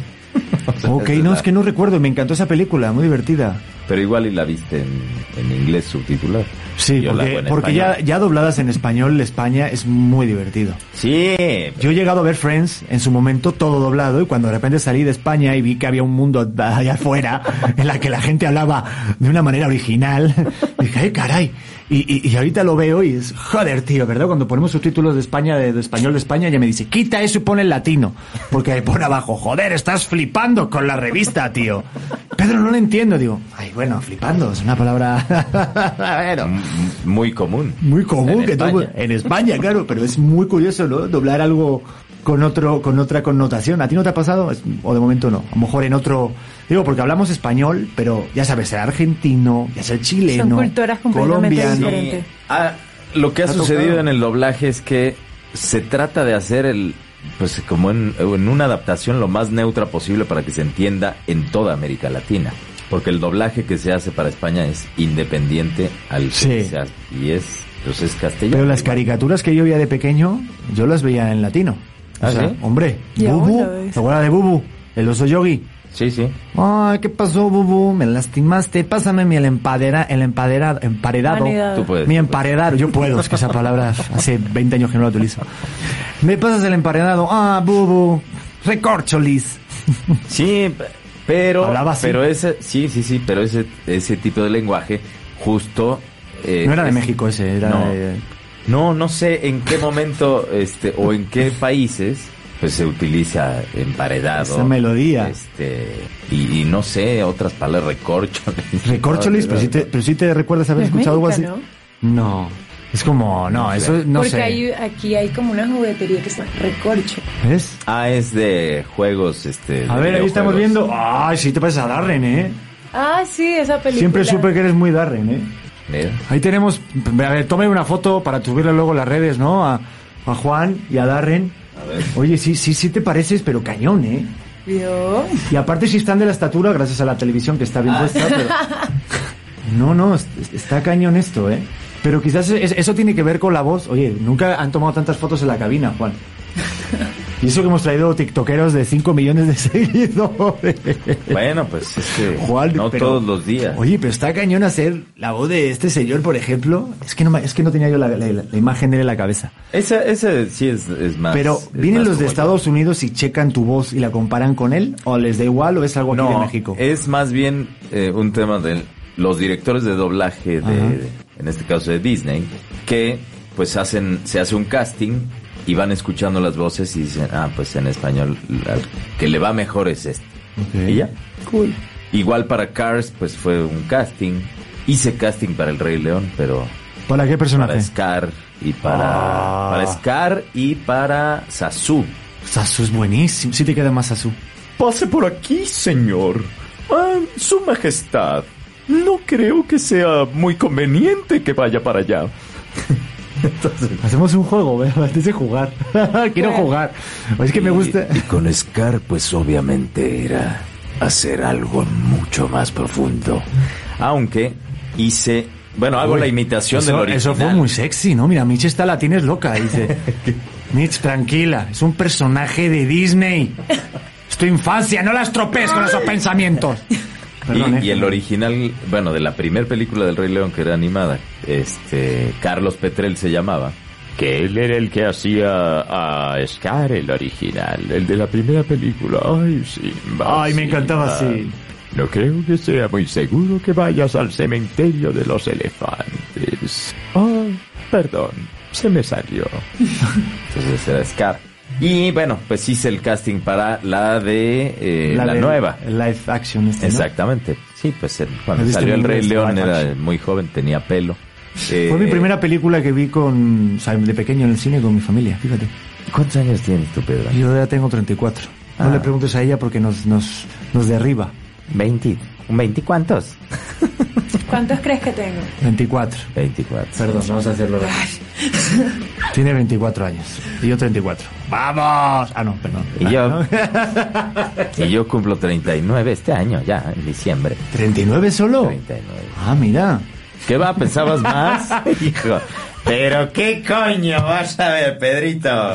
Speaker 3: O sea,
Speaker 1: ok,
Speaker 3: de
Speaker 1: no,
Speaker 3: la-
Speaker 1: es que no recuerdo, me encantó esa película, muy divertida.
Speaker 3: Pero igual y la viste en, en inglés subtitular.
Speaker 1: Sí,
Speaker 3: Yo la hago
Speaker 1: porque,
Speaker 3: en
Speaker 1: porque ya,
Speaker 3: español.
Speaker 1: ya dobladas en español, España es muy divertido.
Speaker 3: Sí,
Speaker 1: Yo he llegado a ver Friends en su momento todo doblado y cuando de repente salí de España y vi que había un mundo allá afuera en la que la gente hablaba de una manera original, dije, ay caray. Y, y- y ahorita lo veo y es, joder tío, ¿verdad? Cuando ponemos subtítulos de España, de, de español de España, ya me dice, quita eso y pon el latino. Porque ahí pone abajo, joder, estás flipando con la revista, tío. Pedro, no lo entiendo, digo, ay bueno, flipando, es una palabra... bueno,
Speaker 3: m- muy común.
Speaker 1: muy común
Speaker 3: En
Speaker 1: que todo-
Speaker 3: España.
Speaker 1: en España, claro, pero es muy curioso, ¿no? Doblar algo con otro con otra connotación. ¿A ti no te ha pasado? Es- o de momento no. A lo mejor en otro digo porque hablamos español, pero ya sabes, ser argentino, ya ser chileno,
Speaker 4: Son culturas completamente
Speaker 1: colombiano.
Speaker 4: diferentes.
Speaker 3: Y, ah, lo que ha
Speaker 1: ¿Te ha
Speaker 3: sucedido
Speaker 1: tocado?
Speaker 3: en el doblaje es que se trata de hacer el pues como en, en una adaptación lo más neutra posible para que se entienda en toda América Latina. Porque el doblaje que se hace para España es independiente al que
Speaker 1: Sí.
Speaker 3: se hace. Y es, pues es castellano.
Speaker 1: Pero las caricaturas que yo veía de pequeño, yo las veía en latino. O
Speaker 3: ¿Ah,
Speaker 1: sea,
Speaker 3: sí?
Speaker 1: hombre,
Speaker 4: ¿Y ahora
Speaker 1: Bubu,
Speaker 4: lo ves?
Speaker 1: ¿te acuerdas de Bubu? El oso yogi.
Speaker 3: Sí, sí.
Speaker 1: Ay, ¿qué pasó, Bubu? Me lastimaste. Pásame mi el empadera, el empaderado, emparedado.
Speaker 4: Manedado.
Speaker 3: Tú puedes.
Speaker 1: Mi emparedado. Yo puedo, es que esa palabra hace 20 años que no la utilizo. Me pasas el emparedado. Ah, Bubu. Recorcholis.
Speaker 3: Sí, Pero,
Speaker 1: Hablaba así.
Speaker 3: pero ese, sí, sí, sí, pero ese, ese tipo de lenguaje justo... eh,
Speaker 1: No era de
Speaker 3: es-
Speaker 1: México ese, era
Speaker 3: no,
Speaker 1: de-
Speaker 3: No, no sé en qué momento este o en qué países pues se utiliza emparedado.
Speaker 1: Esa melodía.
Speaker 3: Este, y, y no sé, otras palabras, recorcholis.
Speaker 1: Recorcholis, pero pues sí te, pero sí te recuerdas haber
Speaker 4: Es
Speaker 1: escuchado algo así.
Speaker 4: mexicano.
Speaker 1: No. Es como, no, eso no
Speaker 4: Porque
Speaker 1: sé.
Speaker 4: hay- aquí hay como una juguetería que está recorcho.
Speaker 1: ¿Ves?
Speaker 3: Ah, es de juegos, este...
Speaker 1: A
Speaker 3: de
Speaker 1: ver, ahí estamos
Speaker 3: videojuegos.
Speaker 1: viendo. Ay, sí te pareces a Darren, ¿eh?
Speaker 4: Ah, sí, esa película.
Speaker 1: Siempre supe que eres muy Darren, ¿eh?
Speaker 3: Mira.
Speaker 1: Ahí tenemos, a ver, tomen una foto para subirla luego a las redes, ¿no? A, a Juan y a Darren. Oye, sí, sí, sí te pareces, pero cañón, ¿eh?
Speaker 4: ¿Vio?
Speaker 1: Y aparte sí están de la estatura gracias a la televisión que está bien puesta, pero... No, no, es- es- está cañón esto, ¿eh? Pero quizás es- eso tiene que ver con la voz. Oye, nunca han tomado tantas fotos en la cabina, Juan. Y eso que hemos traído tiktokeros de 5 millones de seguidores.
Speaker 3: Bueno, pues es que
Speaker 1: Juan,
Speaker 3: no
Speaker 1: pero-
Speaker 3: todos los días.
Speaker 1: Oye, pero está cañón hacer la voz de este señor, por ejemplo. Es que no, me- es que no tenía yo la, la- la imagen de él en la cabeza.
Speaker 3: Ese, ese sí es, es más...
Speaker 1: Pero,
Speaker 3: es
Speaker 1: ¿vienen
Speaker 3: más
Speaker 1: los de
Speaker 3: como-
Speaker 1: Estados Unidos y checan tu voz y la comparan con él? ¿O les da igual o es algo aquí de México?
Speaker 3: Es más bien eh, un tema de los directores de doblaje, de,
Speaker 1: Ajá.
Speaker 3: de- en este caso de Disney, que pues hacen, se hace un casting y van escuchando las voces y dicen, ah, pues en español la que le va mejor es este.
Speaker 1: Ok.
Speaker 3: Y ya.
Speaker 4: Cool.
Speaker 3: Igual para Cars, pues fue un casting. Hice casting para El Rey León, pero
Speaker 1: ¿Para qué personaje?
Speaker 3: para Scar y para,
Speaker 1: Ah.
Speaker 3: para Scar y para Sasu.
Speaker 1: Sasu es buenísimo. Sí te queda más Sasu.
Speaker 3: Pase por aquí, señor. Ah, su Majestad, no creo que sea muy conveniente que vaya para allá.
Speaker 1: Hacemos un juego, ¿ve? antes de jugar. Quiero jugar. Es que me gusta.
Speaker 3: Y con Scar, pues obviamente era hacer algo mucho más profundo. Aunque hice, bueno, hago la imitación
Speaker 1: eso,
Speaker 3: del original.
Speaker 1: Eso fue muy sexy, ¿no? Mira, Mitch está la tienes loca, dice. Mitch, tranquila, es un personaje de Disney. Es tu infancia, no la estropees con esos pensamientos. Perdón,
Speaker 3: y,
Speaker 1: ¿eh?
Speaker 3: y el original, bueno, de la primera película del Rey León que era animada, este, Carlos Petrel se llamaba. Que él era el que hacía a Scar el original, el de la primera película. Ay, sí.
Speaker 1: Ay, me encantaba así.
Speaker 3: No creo que sea muy seguro que vayas al cementerio de los elefantes. Oh, perdón, se me salió. Entonces era Scar. Y bueno, pues hice el casting para la de eh, la
Speaker 1: del
Speaker 3: nueva.
Speaker 1: Live action, este, ¿no?
Speaker 3: Exactamente. Sí, pues el- cuando
Speaker 1: Me diste
Speaker 3: salió el
Speaker 1: muy
Speaker 3: Rey
Speaker 1: bien
Speaker 3: León
Speaker 1: este live
Speaker 3: era
Speaker 1: action.
Speaker 3: muy joven, tenía pelo. Eh,
Speaker 1: Fue mi primera película que vi con. O sea, de pequeño en el cine con mi familia, fíjate.
Speaker 3: ¿Cuántos años tienes tú, Pedro?
Speaker 1: Yo ya tengo 34. No
Speaker 3: Ah.
Speaker 1: le preguntes a ella porque nos, nos, nos derriba.
Speaker 3: 20. ¿20 cuántos?
Speaker 4: ¿Cuántos crees que tengo?
Speaker 1: 24.
Speaker 3: 24.
Speaker 1: Perdón, vamos a hacerlo Tiene 24 años y yo 34. ¡Vamos! Ah, no, perdón.
Speaker 3: Y yo, y yo cumplo 39 este año, ya, en diciembre.
Speaker 1: ¿39 solo?
Speaker 3: 39.
Speaker 1: Ah, mira.
Speaker 3: ¿Qué va? ¿Pensabas más? Hijo. Pero qué coño vas a ver, Pedrito.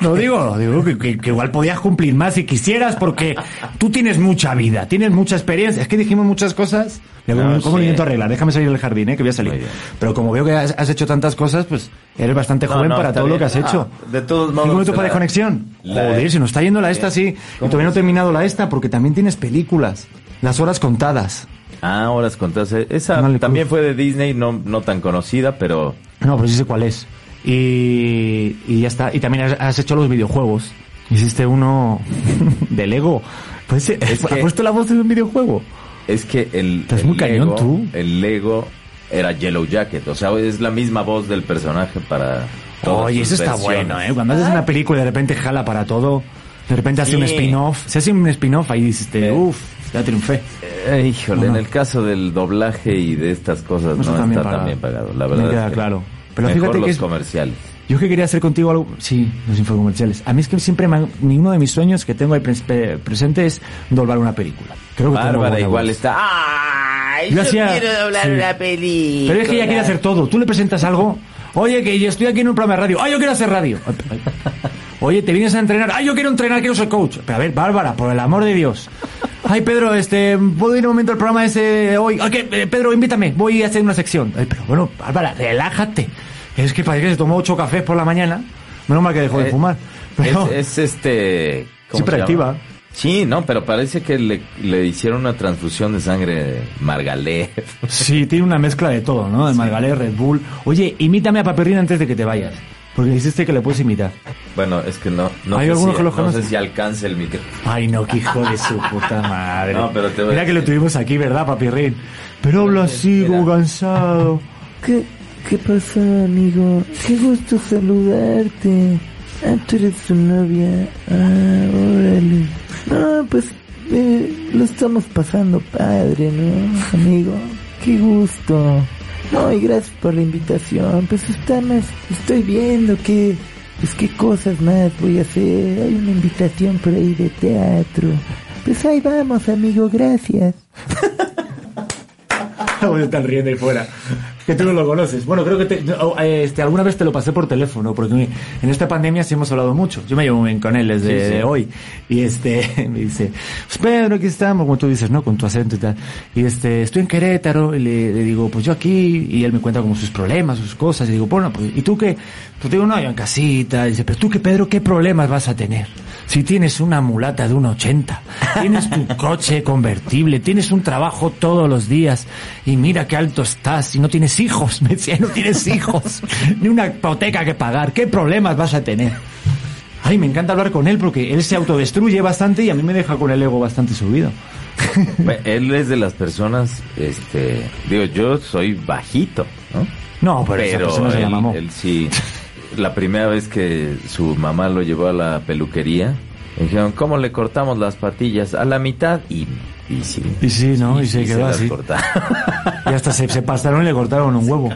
Speaker 1: No digo, digo que, que- que igual podías cumplir más si quisieras porque tú tienes mucha vida, tienes mucha experiencia. Es que dijimos muchas cosas. Ya,
Speaker 3: No
Speaker 1: ¿Cómo, cómo lo
Speaker 3: sé.
Speaker 1: intento arreglar? Déjame salir del jardín, ¿eh? que voy a
Speaker 3: Ah, Muy
Speaker 1: salir.
Speaker 3: bien.
Speaker 1: Pero como veo que has, has hecho tantas cosas, pues eres bastante
Speaker 3: No,
Speaker 1: joven
Speaker 3: no,
Speaker 1: para
Speaker 3: está
Speaker 1: todo lo
Speaker 3: bien.
Speaker 1: que has
Speaker 3: Ah,
Speaker 1: hecho.
Speaker 3: de todos modos,
Speaker 1: Cinco minutos
Speaker 3: la-
Speaker 1: para desconexión.
Speaker 3: la-
Speaker 1: Joder, se nos está yendo la esta así. Y
Speaker 3: ¿Cómo
Speaker 1: todavía no he
Speaker 3: funciona?
Speaker 1: terminado la esta porque también tienes películas. Las horas contadas.
Speaker 3: Ah, horas contadas. Esa
Speaker 1: No le
Speaker 3: también
Speaker 1: cruz.
Speaker 3: fue de Disney, no, no tan conocida, pero
Speaker 1: No, pero sí sé cuál es. Y, y ya está. Y también has, has hecho los videojuegos. Hiciste uno de Lego. Pues, eh,
Speaker 3: Es
Speaker 1: ha
Speaker 3: que-
Speaker 1: puesto la voz de un videojuego.
Speaker 3: es que el.
Speaker 1: Estás
Speaker 3: el
Speaker 1: muy cañón,
Speaker 3: Lego-
Speaker 1: tú.
Speaker 3: El Lego era Yellow Jacket, o sea, es la misma voz del personaje para. todas
Speaker 1: Oye,
Speaker 3: sus
Speaker 1: eso está
Speaker 3: versiones.
Speaker 1: bueno, ¿eh? Cuando haces una película y de repente jala para todo, de repente hace un
Speaker 3: Sí.
Speaker 1: spin-off. Se hace un spin-off ahí dices, uff, ya triunfé.
Speaker 3: Eh, híjole,
Speaker 1: No, no.
Speaker 3: en el caso del doblaje y de estas cosas
Speaker 1: Eso
Speaker 3: no
Speaker 1: también
Speaker 3: está
Speaker 1: pagado.
Speaker 3: tan bien pagado, la
Speaker 1: Me
Speaker 3: verdad.
Speaker 1: queda
Speaker 3: es que
Speaker 1: claro. Pero
Speaker 3: mejor
Speaker 1: fíjate que
Speaker 3: los
Speaker 1: es-
Speaker 3: comerciales.
Speaker 1: Yo que quería hacer contigo algo, sí, los infocomerciales. A mí es que siempre me han- ni uno de mis sueños que tengo ahí pres- pre- presente es doblar una película. Creo que tengo
Speaker 3: Bárbara
Speaker 1: buena
Speaker 3: igual
Speaker 1: voz.
Speaker 3: está. ¡Ay!
Speaker 1: Yo
Speaker 3: Yo
Speaker 1: hacía-
Speaker 3: quiero doblar
Speaker 1: sí.
Speaker 3: una película.
Speaker 1: Pero es que ella quiere hacer todo. Tú le presentas algo. Oye, que yo estoy aquí en un programa de radio. ¡Ay, yo quiero hacer radio! Oye, te vienes a entrenar. ¡Ay, yo quiero entrenar, quiero ser coach! Pero a ver, Bárbara, por el amor de Dios. Ay, Pedro, este, ¿puedo ir un momento al programa ese hoy? Ay, que, eh, Pedro, invítame, voy a hacer una sección. Ay, pero bueno, Bárbara, relájate. Es que parece que se tomó ocho cafés por la mañana. Menos mal que dejó de
Speaker 3: Eh,
Speaker 1: fumar. Pero
Speaker 3: Es, es este. ¿cómo
Speaker 1: siempre
Speaker 3: se llama?
Speaker 1: activa.
Speaker 3: Sí, no, pero parece que le, le hicieron una transfusión de sangre Margalé.
Speaker 1: Sí, tiene una mezcla de todo, ¿no? De Margalé, Red Bull. Oye, imítame a Paperina antes de que te vayas. Porque dijiste que le puedes imitar.
Speaker 3: Bueno, es que no, no,
Speaker 1: ¿Hay
Speaker 3: sé,
Speaker 1: alguno
Speaker 3: si,
Speaker 1: que lo
Speaker 3: no
Speaker 1: conoce?
Speaker 3: sé si alcance el micro.
Speaker 1: Ay, no, qué hijo de su puta madre.
Speaker 3: No, pero te voy a
Speaker 1: Mira que lo
Speaker 3: decir.
Speaker 1: tuvimos aquí, ¿verdad, papirrín? Pero habla así,
Speaker 3: Mira.
Speaker 1: como cansado.
Speaker 5: ¿Qué, ¿Qué pasó, amigo? Qué gusto saludarte. Ah, tú eres su novia. Ah, órale. No, pues eh, lo estamos pasando padre, ¿no, amigo? Qué gusto. No, y gracias por la invitación. Pues está más, estoy viendo que, pues qué cosas más voy a hacer. Hay una invitación por ahí de teatro. Pues ahí vamos, amigo, gracias.
Speaker 1: Bueno, están riendo ahí fuera. Que tú no lo conoces. Bueno, creo que te- o, eh, este, alguna vez te lo pasé por teléfono, porque me- en esta pandemia sí hemos hablado mucho. Yo me llevo muy bien con él desde
Speaker 3: Sí, sí.
Speaker 1: hoy. Y este, me dice, pues Pedro, aquí estamos, como tú dices, ¿no? Con tu acento y tal. Y este, estoy en Querétaro, y le, le digo, pues yo aquí, y él me cuenta como sus problemas, sus cosas, y digo, bueno, pues, ¿y tú qué? Pues digo, no, yo en casita. Y dice, pero tú qué, Pedro, ¿qué problemas vas a tener? Si tienes una mulata de un 80, tienes tu coche convertible, tienes un trabajo todos los días y mira qué alto estás y no tienes hijos, me decía, no tienes hijos, ni una hipoteca que pagar, ¿qué problemas vas a tener? Ay, me encanta hablar con él porque él se autodestruye bastante y a mí me deja con el ego bastante subido.
Speaker 3: Bueno, Él es de las personas, este, digo, yo soy bajito, ¿no?
Speaker 1: No, pero, esa persona se
Speaker 3: él-
Speaker 1: llama Mo.
Speaker 3: él sí. La primera vez que su mamá lo llevó a la peluquería, le dijeron, ¿cómo le cortamos las patillas? A la mitad y, y sí.
Speaker 1: Y sí, ¿no? Y se quedó
Speaker 3: las
Speaker 1: así.
Speaker 3: cortaron.
Speaker 1: Y hasta se, se pastaron y le cortaron un huevo.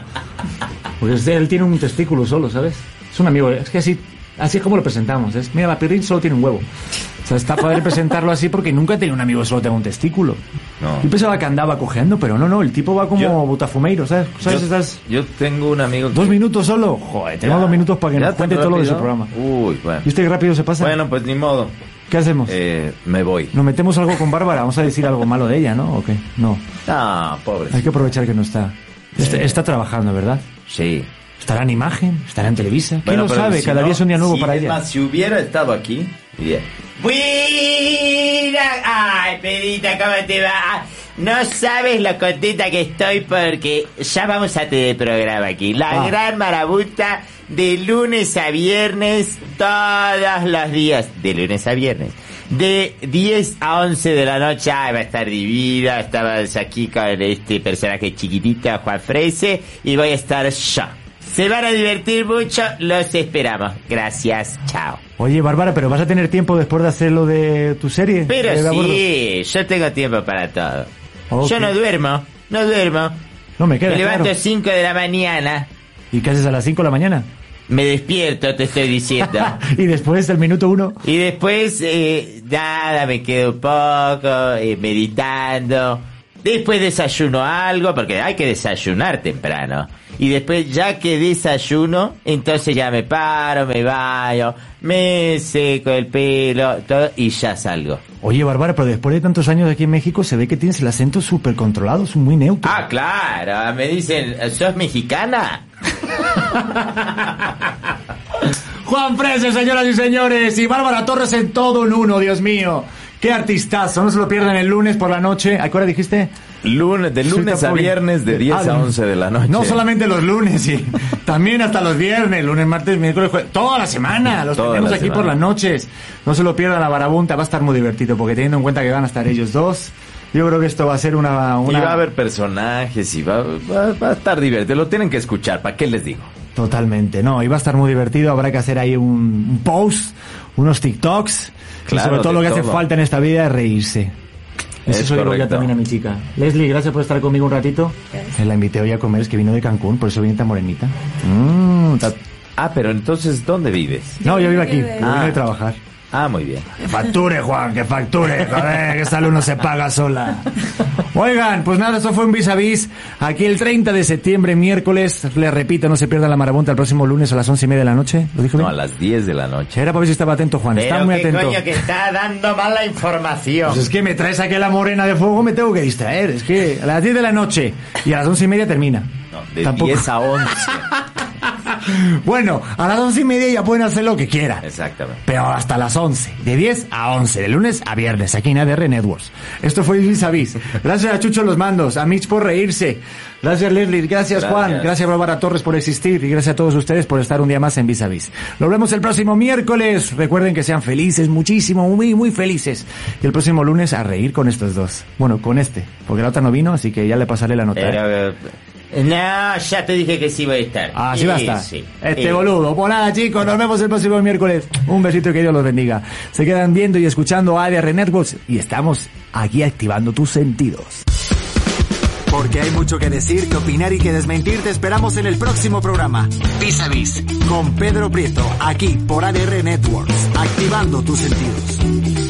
Speaker 1: Porque este- él tiene un testículo solo, ¿sabes? Es un amigo, es que así, así es como lo presentamos. Es, mira, la pirrín solo tiene un huevo. O sea, está padre presentarlo así porque nunca he tenido un amigo que solo tenga un testículo.
Speaker 3: No.
Speaker 1: Yo pensaba que andaba cojeando, pero no, no, el tipo va como
Speaker 3: Yo-
Speaker 1: botafumeiro, ¿sabes? ¿Sabes?
Speaker 3: yo,
Speaker 1: Estás
Speaker 3: yo tengo un amigo que-
Speaker 1: dos minutos solo. Joder, tenemos
Speaker 3: Ya.
Speaker 1: dos minutos para que
Speaker 3: ¿Ya
Speaker 1: nos
Speaker 3: tan
Speaker 1: cuente todo lo de su
Speaker 3: rápido?
Speaker 1: programa.
Speaker 3: Uy, bueno.
Speaker 1: ¿Viste que rápido se pasa?
Speaker 3: Bueno, pues ni modo.
Speaker 1: ¿Qué hacemos?
Speaker 3: Eh, me voy.
Speaker 1: ¿Nos metemos algo con Bárbara? ¿Vamos a decir algo malo de ella, no? ¿O qué? No.
Speaker 3: Ah, pobre.
Speaker 1: Hay que aprovechar que no está. Está, está trabajando, ¿verdad?
Speaker 3: Sí.
Speaker 1: ¿Estará en imagen? ¿Estará en Televisa? ¿Quién
Speaker 3: Bueno,
Speaker 1: lo
Speaker 3: pero
Speaker 1: sabe?
Speaker 3: si
Speaker 1: Cada
Speaker 3: no-
Speaker 1: día es un día nuevo
Speaker 3: si-
Speaker 1: para
Speaker 3: es
Speaker 1: ella.
Speaker 3: más, si hubiera estado aquí, bien.
Speaker 2: Mira, ay, Pedita, ¿cómo te va? No sabes lo contenta que estoy porque ya vamos a tener programa aquí. La
Speaker 1: Ah.
Speaker 2: gran marabunta de lunes a viernes, todos los días, de lunes a viernes. De 10 a 11 de la noche, ay, va a estar divina. Estabas aquí con este personaje chiquitito, Juan Frese, y voy a estar yo. Se van a divertir mucho, los esperamos. Gracias, chao.
Speaker 1: Oye, Bárbara, pero vas a tener tiempo después de hacer lo de tu serie.
Speaker 2: Pero
Speaker 1: eh, de a bordo?
Speaker 2: sí, yo tengo tiempo para todo.
Speaker 1: Ok.
Speaker 2: Yo no duermo, no duermo.
Speaker 1: No me queda
Speaker 2: me levanto
Speaker 1: claro.
Speaker 2: 5 de la mañana,
Speaker 1: ¿Y qué haces a las 5 de la mañana?
Speaker 2: me despierto, te estoy diciendo.
Speaker 1: y después del minuto 1.
Speaker 2: y después, eh, nada, me quedo un poco, eh, meditando. Después desayuno algo, porque hay que desayunar temprano. Y después, ya que desayuno, entonces ya me paro, me baño, me seco el pelo, todo, y ya salgo.
Speaker 1: Oye, Bárbara, pero después de tantos años aquí en México se ve que tienes el acento súper controlado, es muy neutro.
Speaker 2: Ah, claro, me dicen, ¿sos mexicana?
Speaker 1: Ah, Juan Frese, señoras y señores, y Bárbara Torres en todo en uno, Dios mío. Qué artistazo, no se lo pierdan el lunes por la noche. ¿A qué hora dijiste?
Speaker 3: Lunes, de lunes
Speaker 1: Suelta
Speaker 3: a
Speaker 1: pública.
Speaker 3: viernes, de 10
Speaker 1: Ah,
Speaker 3: a 11 de la noche.
Speaker 1: No solamente los lunes, sí. también hasta los viernes, lunes, martes, miércoles, jueves. Toda la semana, los
Speaker 3: Toda
Speaker 1: tenemos
Speaker 3: la
Speaker 1: aquí
Speaker 3: semana.
Speaker 1: por las noches. No se lo pierdan la barabunta, va a estar muy divertido, porque teniendo en cuenta que van a estar ellos dos, yo creo que esto va a ser una...
Speaker 3: Y
Speaker 1: una...
Speaker 3: va a haber personajes y va, va- va a estar divertido. Lo tienen que escuchar, ¿para qué les digo?
Speaker 1: Totalmente, no, y va a estar muy divertido, habrá que hacer ahí un, un post, unos TikToks,
Speaker 3: Claro,
Speaker 1: y sobre todo
Speaker 3: de
Speaker 1: lo que hace
Speaker 3: todo.
Speaker 1: falta en esta vida es reírse.
Speaker 3: Es
Speaker 1: Eso se lo digo ya
Speaker 3: correcto.
Speaker 1: también a mi chica. Leslie, gracias por estar conmigo un ratito. Eh, La invité hoy a comer, es que vino de Cancún, por eso viene tan morenita. Mm, ta-
Speaker 3: Ah, pero entonces, ¿dónde vives?
Speaker 1: No, yo vivo aquí,
Speaker 4: Yo
Speaker 1: pero vine
Speaker 3: Ah.
Speaker 1: a trabajar.
Speaker 3: Ah, muy bien.
Speaker 1: Que facture, Juan, que facture. Joder, que esta luz no se paga sola. Oigan, pues nada, eso fue un vis a vis. Aquí el 30 de septiembre, miércoles. Les repito, no se pierdan la marabunta el próximo lunes a las once y media de la noche. ¿Lo dijo
Speaker 3: No,
Speaker 1: bien?
Speaker 3: a las 10 de la noche.
Speaker 1: Era para ver si estaba atento, Juan. Está
Speaker 2: Pero
Speaker 1: muy
Speaker 2: qué
Speaker 1: atento.
Speaker 2: coño que está dando mala información.
Speaker 1: Pues es que me traes aquí a la morena de fuego, me tengo que distraer. Es que a las 10 de la noche y a las 11 y media termina.
Speaker 3: No, de 10 a 11.
Speaker 1: Bueno, a las once y media ya pueden hacer lo que quieran.
Speaker 3: Exactamente.
Speaker 1: Pero hasta las 11, de 10 a 11, de lunes a viernes, aquí en ADR Networks. Esto fue Vis a Vis. Gracias a Chucho Los Mandos, a Mitch por reírse. Gracias Leslie, gracias,
Speaker 3: Gracias.
Speaker 1: Juan, gracias Bárbara Torres por existir y gracias a todos ustedes por estar un día más en Vis a Vis. Nos vemos el próximo miércoles. Recuerden que sean felices, muchísimo, muy, muy felices. Y el próximo lunes a reír con estos dos. Bueno, con este, porque la otra no vino, así que ya le pasaré la nota. ¿eh?
Speaker 2: Pero, eh, no, ya te dije que sí voy a estar.
Speaker 1: Así
Speaker 2: Eh,
Speaker 1: va a estar.
Speaker 2: sí.
Speaker 1: Ah, Este
Speaker 2: Eh,
Speaker 1: boludo. Por nada, chicos. Nos vemos el próximo miércoles. Un besito y que Dios los bendiga. Se quedan viendo y escuchando ADR Networks y estamos aquí activando tus sentidos. Porque hay mucho que decir, que opinar y que desmentir, te esperamos en el próximo programa. Vis a Vis. Con Pedro Prieto, aquí por ADR Networks, activando tus sentidos.